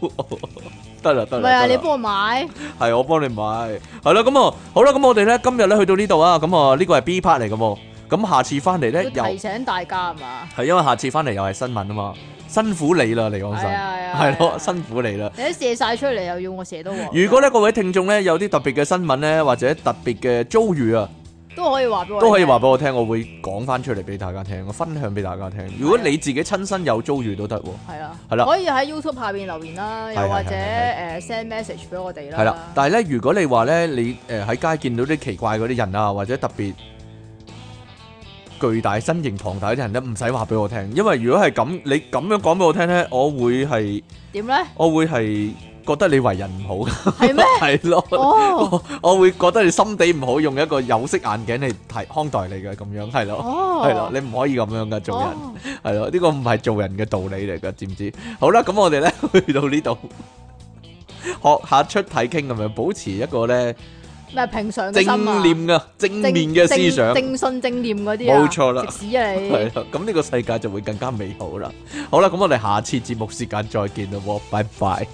得啦得
唔
啦，
係啊，
得
你
啦
幫我買，
係我幫你買，係啦，咁啊，好啦，咁我哋咧今日咧去到呢度啊，咁啊呢個係 B part 嚟嘅喎，咁下次翻嚟咧
要
又
提醒大家係嘛，
係因為下次翻嚟又係新聞啊嘛，辛苦你啦，離岸
係
神，
啊係啊，
係
係
咯，
啊
辛苦你啦。
你都射晒出嚟，又要我射到我，
如果咧各位聽眾咧有啲特別嘅新聞咧，或者特別嘅遭遇啊，
都可以話俾我，
都可以話俾我聽，我會講翻出嚟俾大家聽，我分享俾大家聽。如果
係啊
你自己親身有遭遇都得喎，
係啦，
係啦
可以喺 YouTube 下邊留言啦，
係
又
係
或者
係係
誒 send message 俾我哋啦，
係啦。但係咧，如果你話咧，你誒喺街見到啲奇怪嗰啲人啊，或者特別巨大身形龐大嗰啲人咧，唔使話俾我聽，因為如果係咁，你咁樣講俾我聽咧，我會係
點咧？
我會係覺得你為人唔好，
係咩？
係咯。
哦
我我會覺得你心地唔好，用一個有色眼鏡嚟睇看待你嘅咁樣，係咯，
哦，
係咯，你唔可以咁樣噶做人。
哦
係咯，呢個唔係做人嘅道理嚟噶，知唔知？好啦，咁我哋咧去到呢 度，學下出體傾咁樣，保持一個咧
咪平常
正
嘅心啊，
念嘅正面
正
嘅思想，
正正信正念嗰啲啊
冇錯啦
食屎啊你，
係啦，咁呢個世界就會更加美好啦。好啦，咁我哋下次節目時間再見啦喎，拜拜。